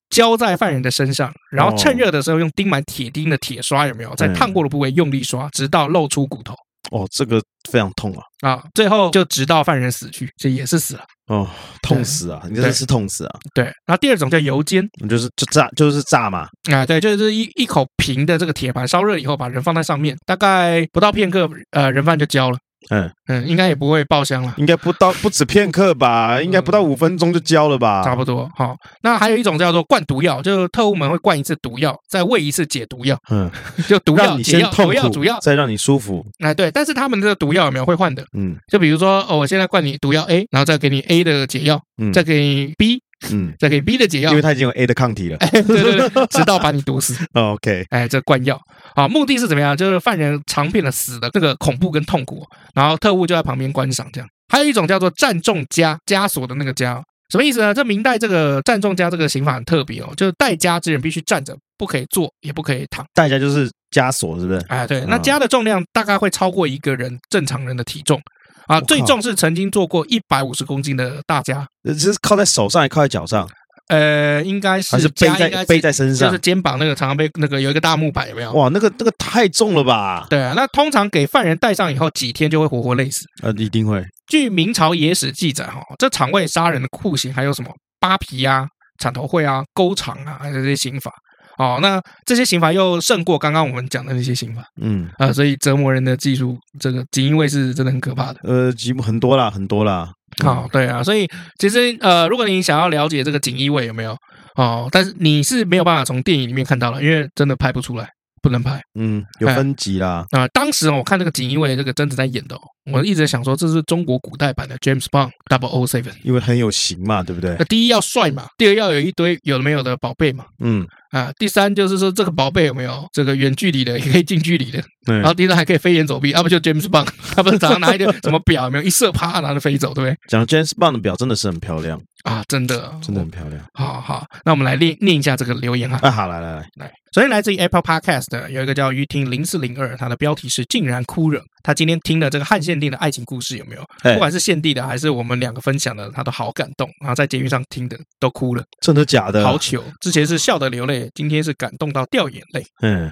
Speaker 1: 浇在犯人的身上，然后趁热的时候用钉满铁钉的铁刷有没有，在
Speaker 2: 哦嗯
Speaker 1: 烫过的部位用力刷，直到露出骨头
Speaker 2: 哦，这个非常痛啊，
Speaker 1: 啊，最后就直到犯人死去，这也是死了。
Speaker 2: 哦，痛死啊！你真的是痛死啊！
Speaker 1: 对，然后第二种叫油煎
Speaker 2: 你就是就炸，就是炸嘛，
Speaker 1: 啊，对，就是一一口平的这个铁盘烧热以后，把人放在上面，大概不到片刻，呃，人贩就焦了。
Speaker 2: 嗯
Speaker 1: 嗯，应该也不会爆香了。
Speaker 2: 应该不到不止片刻吧，应该不到五分钟就交了吧？
Speaker 1: 嗯差不多好、那还有一种叫做灌毒药，就是特务们会灌一次毒药，再喂一次解毒药，
Speaker 2: 嗯，
Speaker 1: 就毒
Speaker 2: 让
Speaker 1: 药
Speaker 2: 你
Speaker 1: 解
Speaker 2: 先
Speaker 1: 药
Speaker 2: 痛
Speaker 1: 毒药
Speaker 2: 苦
Speaker 1: 毒药，。
Speaker 2: 再让你舒服。
Speaker 1: 哎，对，但是他们这个毒药有没有会换的？
Speaker 2: 嗯
Speaker 1: 就比如说，哦，我现在灌你毒药 A，然后再给你 A 的解药，
Speaker 2: 嗯
Speaker 1: 再给你 B，
Speaker 2: 嗯，
Speaker 1: 再给你 B 的解药哎
Speaker 2: 因为，他已经有 A 的抗体了。
Speaker 1: 对对对，直到把你毒死。
Speaker 2: 哦 OK，
Speaker 1: 哎，这灌药啊，目的是怎么样？就是犯人尝遍了死的这个恐怖跟痛苦，然后特务就在旁边观赏这样。还有一种叫做战中枷，枷锁的那个枷，什么意思呢？这明代这个战中枷这个刑法很特别哦，就是戴枷之人必须站着，不可以坐，也不可以躺。
Speaker 2: 大家就是枷锁，是不是？
Speaker 1: 哎，对，那
Speaker 2: 嗯
Speaker 1: 枷的重量大概会超过一个人正常人的体重啊，
Speaker 2: 靠
Speaker 1: 最重是曾经做过一百五十公斤的大家，
Speaker 2: 这呃是靠在手上，还靠在脚上，
Speaker 1: 呃，应该是
Speaker 2: 还是
Speaker 1: 枷
Speaker 2: 背
Speaker 1: 应该
Speaker 2: 在
Speaker 1: 是
Speaker 2: 背在身
Speaker 1: 就
Speaker 2: 上
Speaker 1: 是？肩膀那个常常被那个有一个大木板有没有？
Speaker 2: 哇，那个那个太重了吧？
Speaker 1: 对啊，那通常给犯人戴上以后，几天就会活活累死。
Speaker 2: 呃，一定会。
Speaker 1: 据明朝野史记载，哈，这场位杀人的酷刑还有什么扒皮啊、铲头会啊、勾肠啊，还有这些刑罚。哦，那这些刑罚又胜过刚刚我们讲的那些刑罚
Speaker 2: 嗯，
Speaker 1: 啊、所以折磨人的技术，这个锦衣卫是真的很可怕的。
Speaker 2: 呃，几很多啦，很多啦。
Speaker 1: 好、对啊，所以其实呃，如果你想要了解这个锦衣卫有没有哦，但是你是没有办法从电影里面看到了，因为真的拍不出来，不能拍。
Speaker 2: 嗯，有分级啦。
Speaker 1: 啊、当时哦我看这个锦衣卫这个贞子在演的、哦，我一直想说这是中国古代版的 James Bond Double O Seven。
Speaker 2: 因为很有型嘛，对不对
Speaker 1: 那？第一要帅嘛，第二要有一堆有的没有的宝贝嘛。
Speaker 2: 嗯，
Speaker 1: 啊，第三就是说这个宝贝有没有这个远距离的，也可以近距离的，
Speaker 2: 嗯
Speaker 1: 然后第三还可以飞檐走壁，要、啊不就 James Bond，他不是常常拿一个什么表有没有一射啪，然后就飞走，对不对？
Speaker 2: 讲 James Bond 的表真的是很漂亮，
Speaker 1: 啊，真的，
Speaker 2: 真的很漂亮。
Speaker 1: 好好，那我们来念念一下这个留言哈。
Speaker 2: 啊，好，来来来，
Speaker 1: 来，首先来自于 Apple Podcast 的有一个叫于听零四零二，他的标题是“竟然哭了”。他今天听了这个汉献帝的爱情故事，有没有？
Speaker 2: 哎
Speaker 1: 不管是献帝的还是我们两个分享的，他都好感动，然后在监狱上听的都哭了，
Speaker 2: 真的假的？
Speaker 1: 好糗。之前是笑得流泪，今天是感动到掉眼泪。
Speaker 2: 嗯，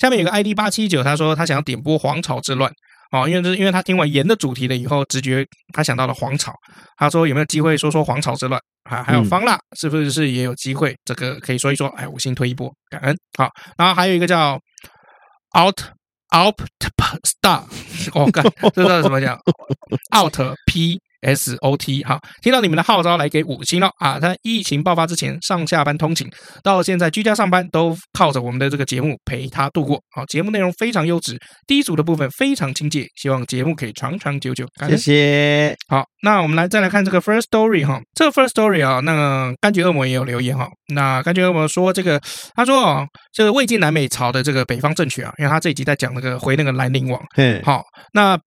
Speaker 1: 下面有个 ID 八七九，他说他想要点播黄巢之乱。哦，因为就是因为他听完盐的主题了以后，直觉他想到了黄巢。他说有没有机会说说黄巢之乱啊？还有
Speaker 2: 嗯
Speaker 1: 方腊是不是也有机会？这个可以说一说。哎，五星推一波，感恩。好，然后还有一个叫 Out Out Star，我干，这叫什么讲 Out P。S O T 哈，听到你们的号召来给五星了啊！在疫情爆发之前，上下班通勤到现在居家上班都靠着我们的这个节目陪他度过。好，节目内容非常优质，第一组的部分非常亲切，希望节目可以长长久久。感
Speaker 2: 谢
Speaker 1: 恩
Speaker 2: 谢。
Speaker 1: 好，那我们来再来看这个 first story 哈，这个 first story 啊，那个柑橘恶魔也有留言哈。那柑橘恶魔说这个，他说哦，这个魏晋南北朝的这个北方政权啊，因为他这一集在讲那个回那个兰陵王，
Speaker 2: 嗯，
Speaker 1: 好，那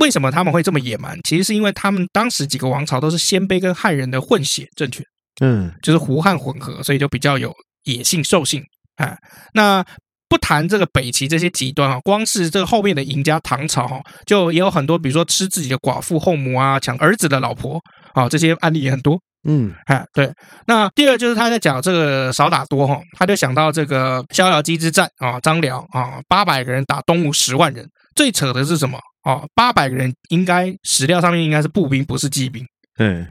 Speaker 1: 为什么他们会这么野蛮？其实是因为他们当时几个王朝都是鲜卑跟汉人的混血政权，
Speaker 2: 嗯，
Speaker 1: 就是胡汉混合，所以就比较有野性兽性啊。哎那不谈这个北齐这些极端啊，光是这个后面的赢家唐朝哈，就也有很多，比如说吃自己的寡妇后母啊，抢儿子的老婆啊，这些案例也很多。
Speaker 2: 嗯，
Speaker 1: 哎，对。那第二就是他在讲这个少打多哈，他就想到这个逍遥姬之战啊，张辽啊，八百个人打东吴十万人。最扯的是什么啊？八百个人应该史料上面应该是步兵，不是骑兵，
Speaker 2: 嗯，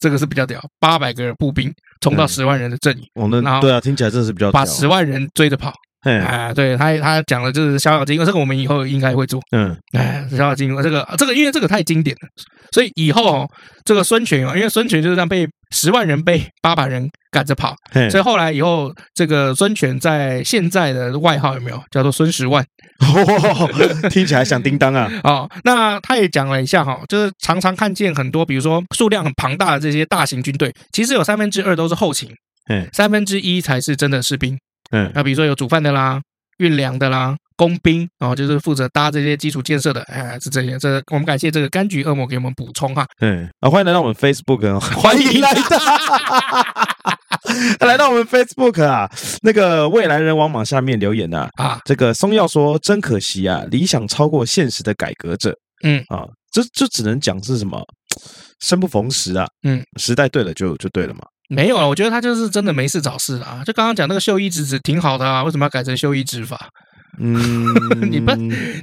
Speaker 1: 这个是比较屌。八百个步兵冲到
Speaker 2: 嗯
Speaker 1: 十万人的阵营，
Speaker 2: 我们
Speaker 1: 然后
Speaker 2: 对啊，听起来真的是比较
Speaker 1: 把
Speaker 2: 屌
Speaker 1: 十万人追着跑。
Speaker 2: 嗯
Speaker 1: 哎，对他他讲的就是逍遥津，因为这个我们以后应该会做。
Speaker 2: 嗯，
Speaker 1: 哎，逍遥津这个这个，因为这个太经典了，所以以后哦，这个孙权哦，因为孙权就是这样被十万人被八百人赶着跑，
Speaker 2: 嘿
Speaker 1: 所以后来以后，这个孙权在现在的外号有没有叫做孙十万
Speaker 2: 听起来响叮当啊。
Speaker 1: 哦？那他也讲了一下哈，就是常常看见很多，比如说数量很庞大的这些大型军队，其实有三分之二都是后勤
Speaker 2: 嗯，
Speaker 1: 三分之一才是真的士兵。
Speaker 2: 嗯
Speaker 1: 那比如说有煮饭的啦、运粮的啦、工兵，哦，就是负责搭这些基础建设的，哎，是这些。这我们感谢这个柑橘恶魔给我们补充哈。
Speaker 2: 嗯，啊，欢迎来到我们 Facebook，哦欢迎来到 来到我们 Facebook 啊，那个未来人王榜下面留言啊，
Speaker 1: 啊，
Speaker 2: 这个松耀说：“真可惜啊，理想超过现实的改革者。”
Speaker 1: 嗯
Speaker 2: 啊，这这只能讲是什么？生不逢时啊。
Speaker 1: 嗯，
Speaker 2: 时代对了就就对了嘛。
Speaker 1: 没有啊，我觉得他就是真的没事找事啊。就刚刚讲那个绣衣之子挺好的啊，为什么要改成绣衣执法？，
Speaker 2: 嗯
Speaker 1: 你们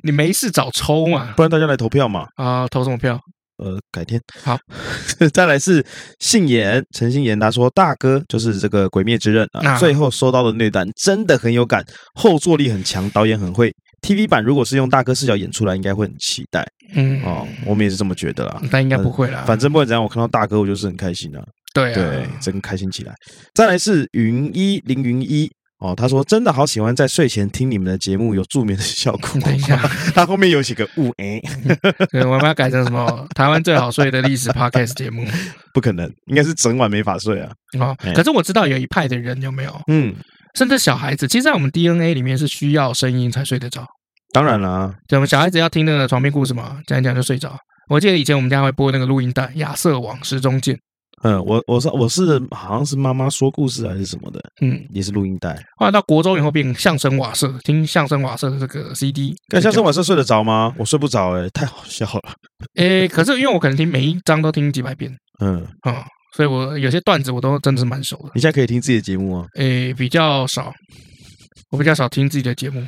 Speaker 1: 你没事找抽嘛。
Speaker 2: 不然大家来投票嘛。
Speaker 1: 啊，投什么票？
Speaker 2: 呃，改天
Speaker 1: 好。
Speaker 2: 再来是信言，陈信言他说：“大哥就是这个《鬼灭之刃》啊，
Speaker 1: 啊
Speaker 2: 最后收到的虐单真的很有感，后坐力很强，导演很会。TV 版如果是用大哥视角演出来，应该会很期待
Speaker 1: 嗯，
Speaker 2: 哦。我们也是这么觉得啦。
Speaker 1: 但应该不会啦。
Speaker 2: 反正不管怎样，我看到大哥我就是很开心啊。”
Speaker 1: 对啊，
Speaker 2: 对，真开心起来。再来是云一零云一哦，他说真的好喜欢在睡前听你们的节目，有助眠的效果。
Speaker 1: 等一下，
Speaker 2: 他后面有几个误哎，
Speaker 1: 对，我们要改成什么？台湾最好睡的历史 podcast 节目
Speaker 2: 不可能，应该是整晚没法睡啊。
Speaker 1: 哦。
Speaker 2: 哎
Speaker 1: 可是我知道有一派的人有没有，
Speaker 2: 嗯，
Speaker 1: 甚至小孩子，其实在我们 DNA 里面是需要声音才睡得着。
Speaker 2: 当然啦，
Speaker 1: 对，我们小孩子要听那个床边故事嘛，讲一讲就睡着。我记得以前我们家会播那个录音带《亚瑟王时钟剑》，
Speaker 2: 嗯，我我是我是好像是妈妈说故事还是什么的，
Speaker 1: 嗯，
Speaker 2: 也是录音带。
Speaker 1: 后来到国中以后变相声瓦舍，听相声瓦舍的这个 CD。
Speaker 2: 看像是晚上睡得着吗？我睡不着哎、太好笑了。
Speaker 1: 诶，可是因为我可能听每一章都听几百遍
Speaker 2: 嗯，
Speaker 1: 啊、哦所以我有些段子我都真的是蛮熟的。
Speaker 2: 你现在可以听自己的节目啊，
Speaker 1: 诶，比较少，我比较少听自己的节目，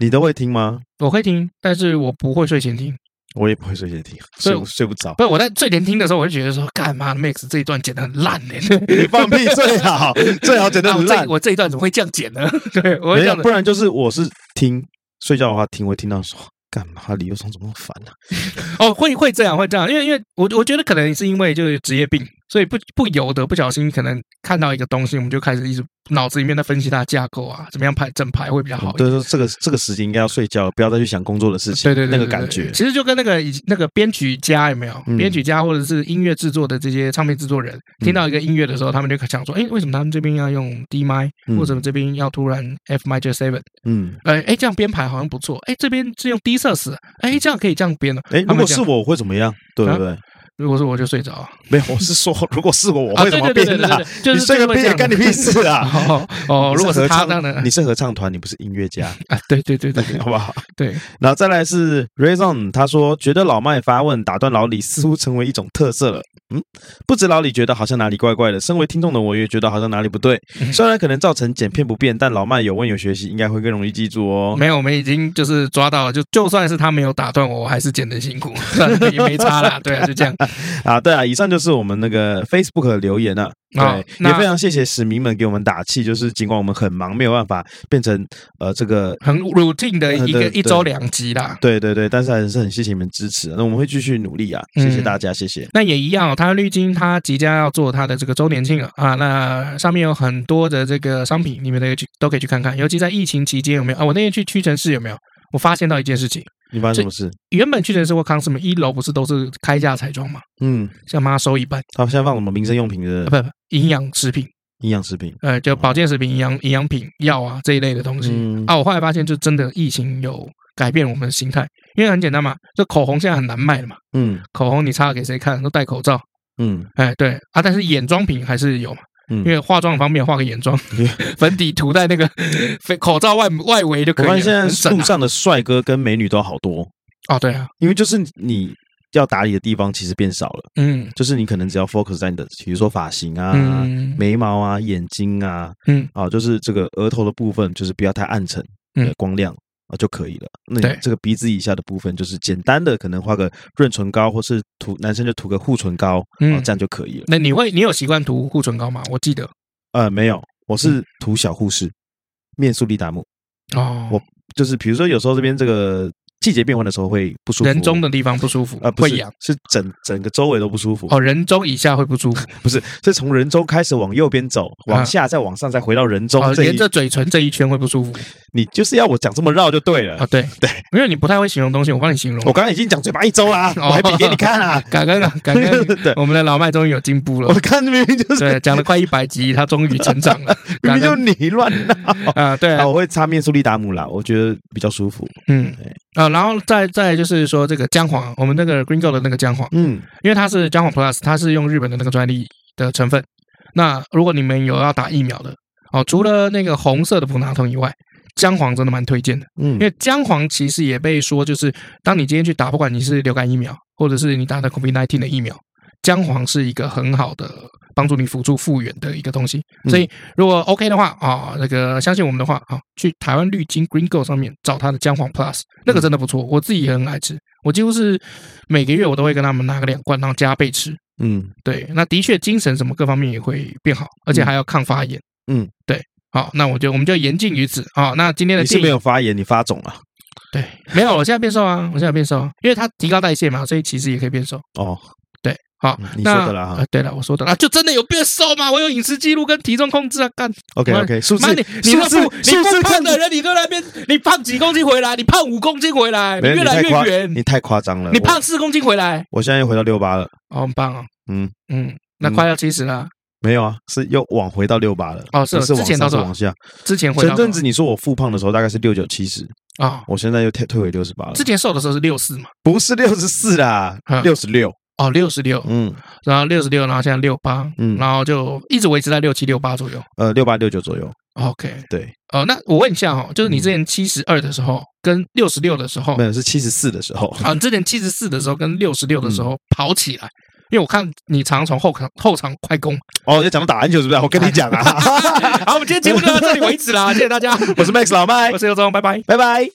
Speaker 2: 你都会听吗？
Speaker 1: 我会听，但是我不会睡前听。
Speaker 2: 我也不会睡前听，
Speaker 1: 所以
Speaker 2: 睡不睡不 着。
Speaker 1: 不是我在睡前听的时候，我就觉得说，干嘛 Max 这一段剪得很烂呢、
Speaker 2: 你放屁最好， 最好简单
Speaker 1: 啊我
Speaker 2: 很
Speaker 1: 这
Speaker 2: 烂
Speaker 1: 一。我这一段怎么会这样剪呢？ 对，我会
Speaker 2: 没
Speaker 1: 这
Speaker 2: 有，
Speaker 1: 样
Speaker 2: 不
Speaker 1: 子。
Speaker 2: 然就是我是听睡觉的话听，我会听到说干嘛李幼松怎么那么烦呢、啊
Speaker 1: 哦，会会这样，会这样，因为因为我我觉得可能是因为就是职业病，所以不不由得不小心可能看到一个东西，我们就开始一直脑子里面在分析它的架构啊，怎么样排整排会比较好一点。
Speaker 2: 对，说这个这个时间应该要睡觉，不要再去想工作的事情，
Speaker 1: 对对对，
Speaker 2: 那个
Speaker 1: 对
Speaker 2: 感
Speaker 1: 对
Speaker 2: 觉。
Speaker 1: 其实就跟那个以那个编曲家有没有？
Speaker 2: 嗯
Speaker 1: 编曲家或者是音乐制作的这些唱片制作人，听到一个音乐的时候，他们就想说：哎，为什么他们这边要用 D 麦，
Speaker 2: 嗯
Speaker 1: 或者这边要突然 F major seven？
Speaker 2: 嗯，
Speaker 1: 哎哎，这样编排好像不错。哎，这边是用 D 色死，哎，这样可以这样编了。
Speaker 2: 哎，
Speaker 1: 他
Speaker 2: 如
Speaker 1: 们啊
Speaker 2: 果
Speaker 1: 这
Speaker 2: 是
Speaker 1: 样
Speaker 2: 我，我会怎么样？对不对？
Speaker 1: 如果是我就睡着了
Speaker 2: 没有，我是说，如果是我，我
Speaker 1: 啊，
Speaker 2: 会
Speaker 1: 对
Speaker 2: 怎
Speaker 1: 对
Speaker 2: 么
Speaker 1: 对
Speaker 2: 变
Speaker 1: 对对
Speaker 2: 啊？
Speaker 1: 对，就
Speaker 2: 你
Speaker 1: 是
Speaker 2: 睡个屁，干你屁事啊！
Speaker 1: 哦 哦，
Speaker 2: 你
Speaker 1: 如
Speaker 2: 是
Speaker 1: 果是
Speaker 2: 合
Speaker 1: 他
Speaker 2: 唱
Speaker 1: 这样的
Speaker 2: 你是合唱团，你不是音乐家，
Speaker 1: 啊，对对对对对
Speaker 2: 好不好？
Speaker 1: 对，
Speaker 2: 然后再来是 Raison，他说觉得老麦发问打断老李似乎成为一种特色了。嗯，不止老李觉得好像哪里怪怪的，身为听众的我也觉得好像哪里不对。
Speaker 1: 嗯
Speaker 2: 虽然可能造成剪片不便，但老麦有问有学习，应该会更容易记住哦。
Speaker 1: 没有，我们已经就是抓到了，就就算是他没有打断我，我还是剪得辛苦， 也没差啦，对啊，就这样。
Speaker 2: 啊，对啊，以上就是我们那个 Facebook 的留言啊。对，
Speaker 1: 好那
Speaker 2: 也非常谢谢史迷们给我们打气，就是尽管我们很忙，没有办法变成呃这个
Speaker 1: 很 routine 的一
Speaker 2: 呃
Speaker 1: 个
Speaker 2: 对
Speaker 1: 一周两集啦。
Speaker 2: 对对对，但是还是很谢谢你们支持啊，那我们会继续努力啊，谢谢
Speaker 1: 嗯
Speaker 2: 大家，谢谢。
Speaker 1: 那也一样、哦，它绿金它即将要做它的这个周年庆了啊，那上面有很多的这个商品，你们都可以去都可以去看看，尤其在疫情期间有没有啊？我那天去屈臣氏有没有？我发现到一件事情，
Speaker 2: 你发生什么事？
Speaker 1: 原本屈臣氏或康斯美一楼不是都是开价彩妆嘛，
Speaker 2: 嗯，
Speaker 1: 像妈收一半
Speaker 2: 他们现在放什么民生用品
Speaker 1: 啊，不
Speaker 2: 的
Speaker 1: 不，营养食品，
Speaker 2: 营养食品？
Speaker 1: 呃，就保健食品、营养营养品、药啊这一类的东西、
Speaker 2: 嗯
Speaker 1: 啊。我后来发现，就真的疫情有改变我们的心态，因为很简单嘛，这口红现在很难卖了嘛，
Speaker 2: 嗯
Speaker 1: 口红你擦了给谁看？都戴口罩。
Speaker 2: 嗯
Speaker 1: 哎，对啊，但是眼妆品还是有嘛，
Speaker 2: 嗯
Speaker 1: 因为化妆方面画个眼妆，粉底涂在那 个非口罩外外围就可
Speaker 2: 我
Speaker 1: 以了。
Speaker 2: 发现现
Speaker 1: 很
Speaker 2: 在
Speaker 1: 省
Speaker 2: 路
Speaker 1: 啊
Speaker 2: 上的帅哥跟美女都好多，
Speaker 1: 哦，对啊，
Speaker 2: 因为就是你要打理的地方其实变少了，
Speaker 1: 嗯
Speaker 2: 就是你可能只要 focus 在你的，比如说发型啊。
Speaker 1: 嗯
Speaker 2: 眉毛啊，眼睛啊，
Speaker 1: 嗯，
Speaker 2: 啊，就是这个额头的部分，就是不要太暗沉，
Speaker 1: 嗯
Speaker 2: 呃光亮啊就可以了。那
Speaker 1: 对
Speaker 2: 你这个鼻子以下的部分，就是简单的，可能画个润唇膏，或是涂男生就涂个护唇膏，啊
Speaker 1: 嗯，
Speaker 2: 这样就可以了。
Speaker 1: 那你会你有习惯涂护唇膏吗？我记得
Speaker 2: 呃，没有，
Speaker 1: 嗯
Speaker 2: 我是涂小护士，面苏利达姆，
Speaker 1: 哦，
Speaker 2: 我就是比如说有时候这边这个季节变换的时候会不舒服，
Speaker 1: 人中的地方不舒服
Speaker 2: 啊、，不
Speaker 1: 会
Speaker 2: 是
Speaker 1: 痒。
Speaker 2: 是整整个周围都不舒服，
Speaker 1: 哦，人中以下会不舒服，
Speaker 2: 不是是从人中开始往右边走，
Speaker 1: 啊
Speaker 2: 往下再往上再回到人中
Speaker 1: 哦，
Speaker 2: 这
Speaker 1: 沿
Speaker 2: 一，
Speaker 1: 着嘴唇这一圈会不舒服
Speaker 2: 你就是要我讲这么绕就对了。
Speaker 1: 啊。对
Speaker 2: 呃对，
Speaker 1: 因为你不太会形容东西，我帮你形容
Speaker 2: 我。刚刚已经讲嘴巴一周啦，
Speaker 1: 哦
Speaker 2: 我还比给你 看啊。
Speaker 1: 感恩啊，感恩
Speaker 2: 对，
Speaker 1: 我们的老麦终于有进步
Speaker 2: 我
Speaker 1: 了。
Speaker 2: 看明明就是
Speaker 1: 对，讲了快一百集，他终于成长了。
Speaker 2: 明
Speaker 1: 感
Speaker 2: 明就
Speaker 1: 恩
Speaker 2: 你乱闹。
Speaker 1: 啊，对啊
Speaker 2: 啊，，我会擦面苏利达姆啦，我觉得比较舒服。
Speaker 1: 嗯
Speaker 2: 对，
Speaker 1: 啊，然后再再就是说这个姜黄，我们那个 Gringo 的那个姜黄，
Speaker 2: 嗯
Speaker 1: 因为它是姜黄 Plus，它是用日本的那个专利的成分。那如果你们有要打疫苗的哦，除了那个红色的普拿疼以外，姜黄真的蛮推荐的，
Speaker 2: 嗯
Speaker 1: 因为姜黄其实也被说就是，当你今天去打，不管你是流感疫苗，或者是你打的 COVID-19 的疫苗，姜黄是一个很好的帮助你辅助复原的一个东西。
Speaker 2: 嗯
Speaker 1: 所以如果 OK 的话啊、那个相信我们的话啊、去台湾绿金 Green Go 上面找它的姜黄 Plus，那
Speaker 2: 嗯
Speaker 1: 个真的不错，我自己也很爱吃，我几乎是每个月我都会跟他们拿个两罐，然后加倍吃。
Speaker 2: 嗯
Speaker 1: 对，那的确精神什么各方面也会变好，而且还要抗发炎。
Speaker 2: 嗯，
Speaker 1: 对。好，那我就我们就言尽于此啊、那今天的
Speaker 2: 你是
Speaker 1: 电
Speaker 2: 没
Speaker 1: 影
Speaker 2: 有发炎，你发肿了
Speaker 1: 对没有，我现在变瘦啊，我现在变瘦啊，因为它提高代谢嘛，所以其实也可以变瘦。
Speaker 2: 哦。
Speaker 1: 对，好
Speaker 2: 嗯，你
Speaker 1: 那
Speaker 2: 说的啦哈
Speaker 1: 呃对了，我说的啦，就真的有变瘦嘛？我有饮食记录跟体重控制啊，干
Speaker 2: OK OK，数
Speaker 1: 妈
Speaker 2: 字
Speaker 1: 你你
Speaker 2: 数
Speaker 1: 那
Speaker 2: 字
Speaker 1: 不
Speaker 2: 数
Speaker 1: 你
Speaker 2: 字
Speaker 1: 不胖
Speaker 2: 看
Speaker 1: 的人，你搁那边你胖几公斤回来，你胖五公斤回来，你
Speaker 2: 没有
Speaker 1: 越来
Speaker 2: 太夸
Speaker 1: 越远，
Speaker 2: 你太夸张了。
Speaker 1: 你
Speaker 2: 我
Speaker 1: 胖，四公斤回来，
Speaker 2: 我现在又回到六八了。
Speaker 1: 哦，很棒哦，
Speaker 2: 嗯
Speaker 1: 嗯，那
Speaker 2: 嗯
Speaker 1: 快要七十了，
Speaker 2: 没有啊，是又往回到六八了。
Speaker 1: 哦是哦
Speaker 2: 不是往
Speaker 1: 之前
Speaker 2: 上
Speaker 1: 到
Speaker 2: 是
Speaker 1: 多少
Speaker 2: 往下。
Speaker 1: 之前回到
Speaker 2: 前阵子你说我复胖的时候大概是六九七十，
Speaker 1: 啊，
Speaker 2: 我现在又退退回六十八了
Speaker 1: 之，前瘦的时候是六四嘛，
Speaker 2: 不是六十四啦
Speaker 1: 嗯，
Speaker 2: 六十六。
Speaker 1: 哦，六十六，
Speaker 2: 嗯
Speaker 1: 然后六十六，然后现在六八，
Speaker 2: 嗯
Speaker 1: 然后就一直维持在六七六八左右。
Speaker 2: 呃，六八六九左右。
Speaker 1: OK，
Speaker 2: 对，
Speaker 1: 哦，那我问一下哈、哦，就是你之前七十二的时候跟六十六的时候
Speaker 2: 没，有是七十四的时候。
Speaker 1: 啊，你之前七十四的时候跟六十六的时候跑起来，因为我看你常从后场后场快攻。
Speaker 2: 哦，要讲到打篮球是不是？我跟你讲啊，
Speaker 1: 好，我们今天节目就到这里为止啦，谢谢大家，
Speaker 2: 我是 Max 老麦
Speaker 1: 我，是尤忠，拜拜。
Speaker 2: 拜拜。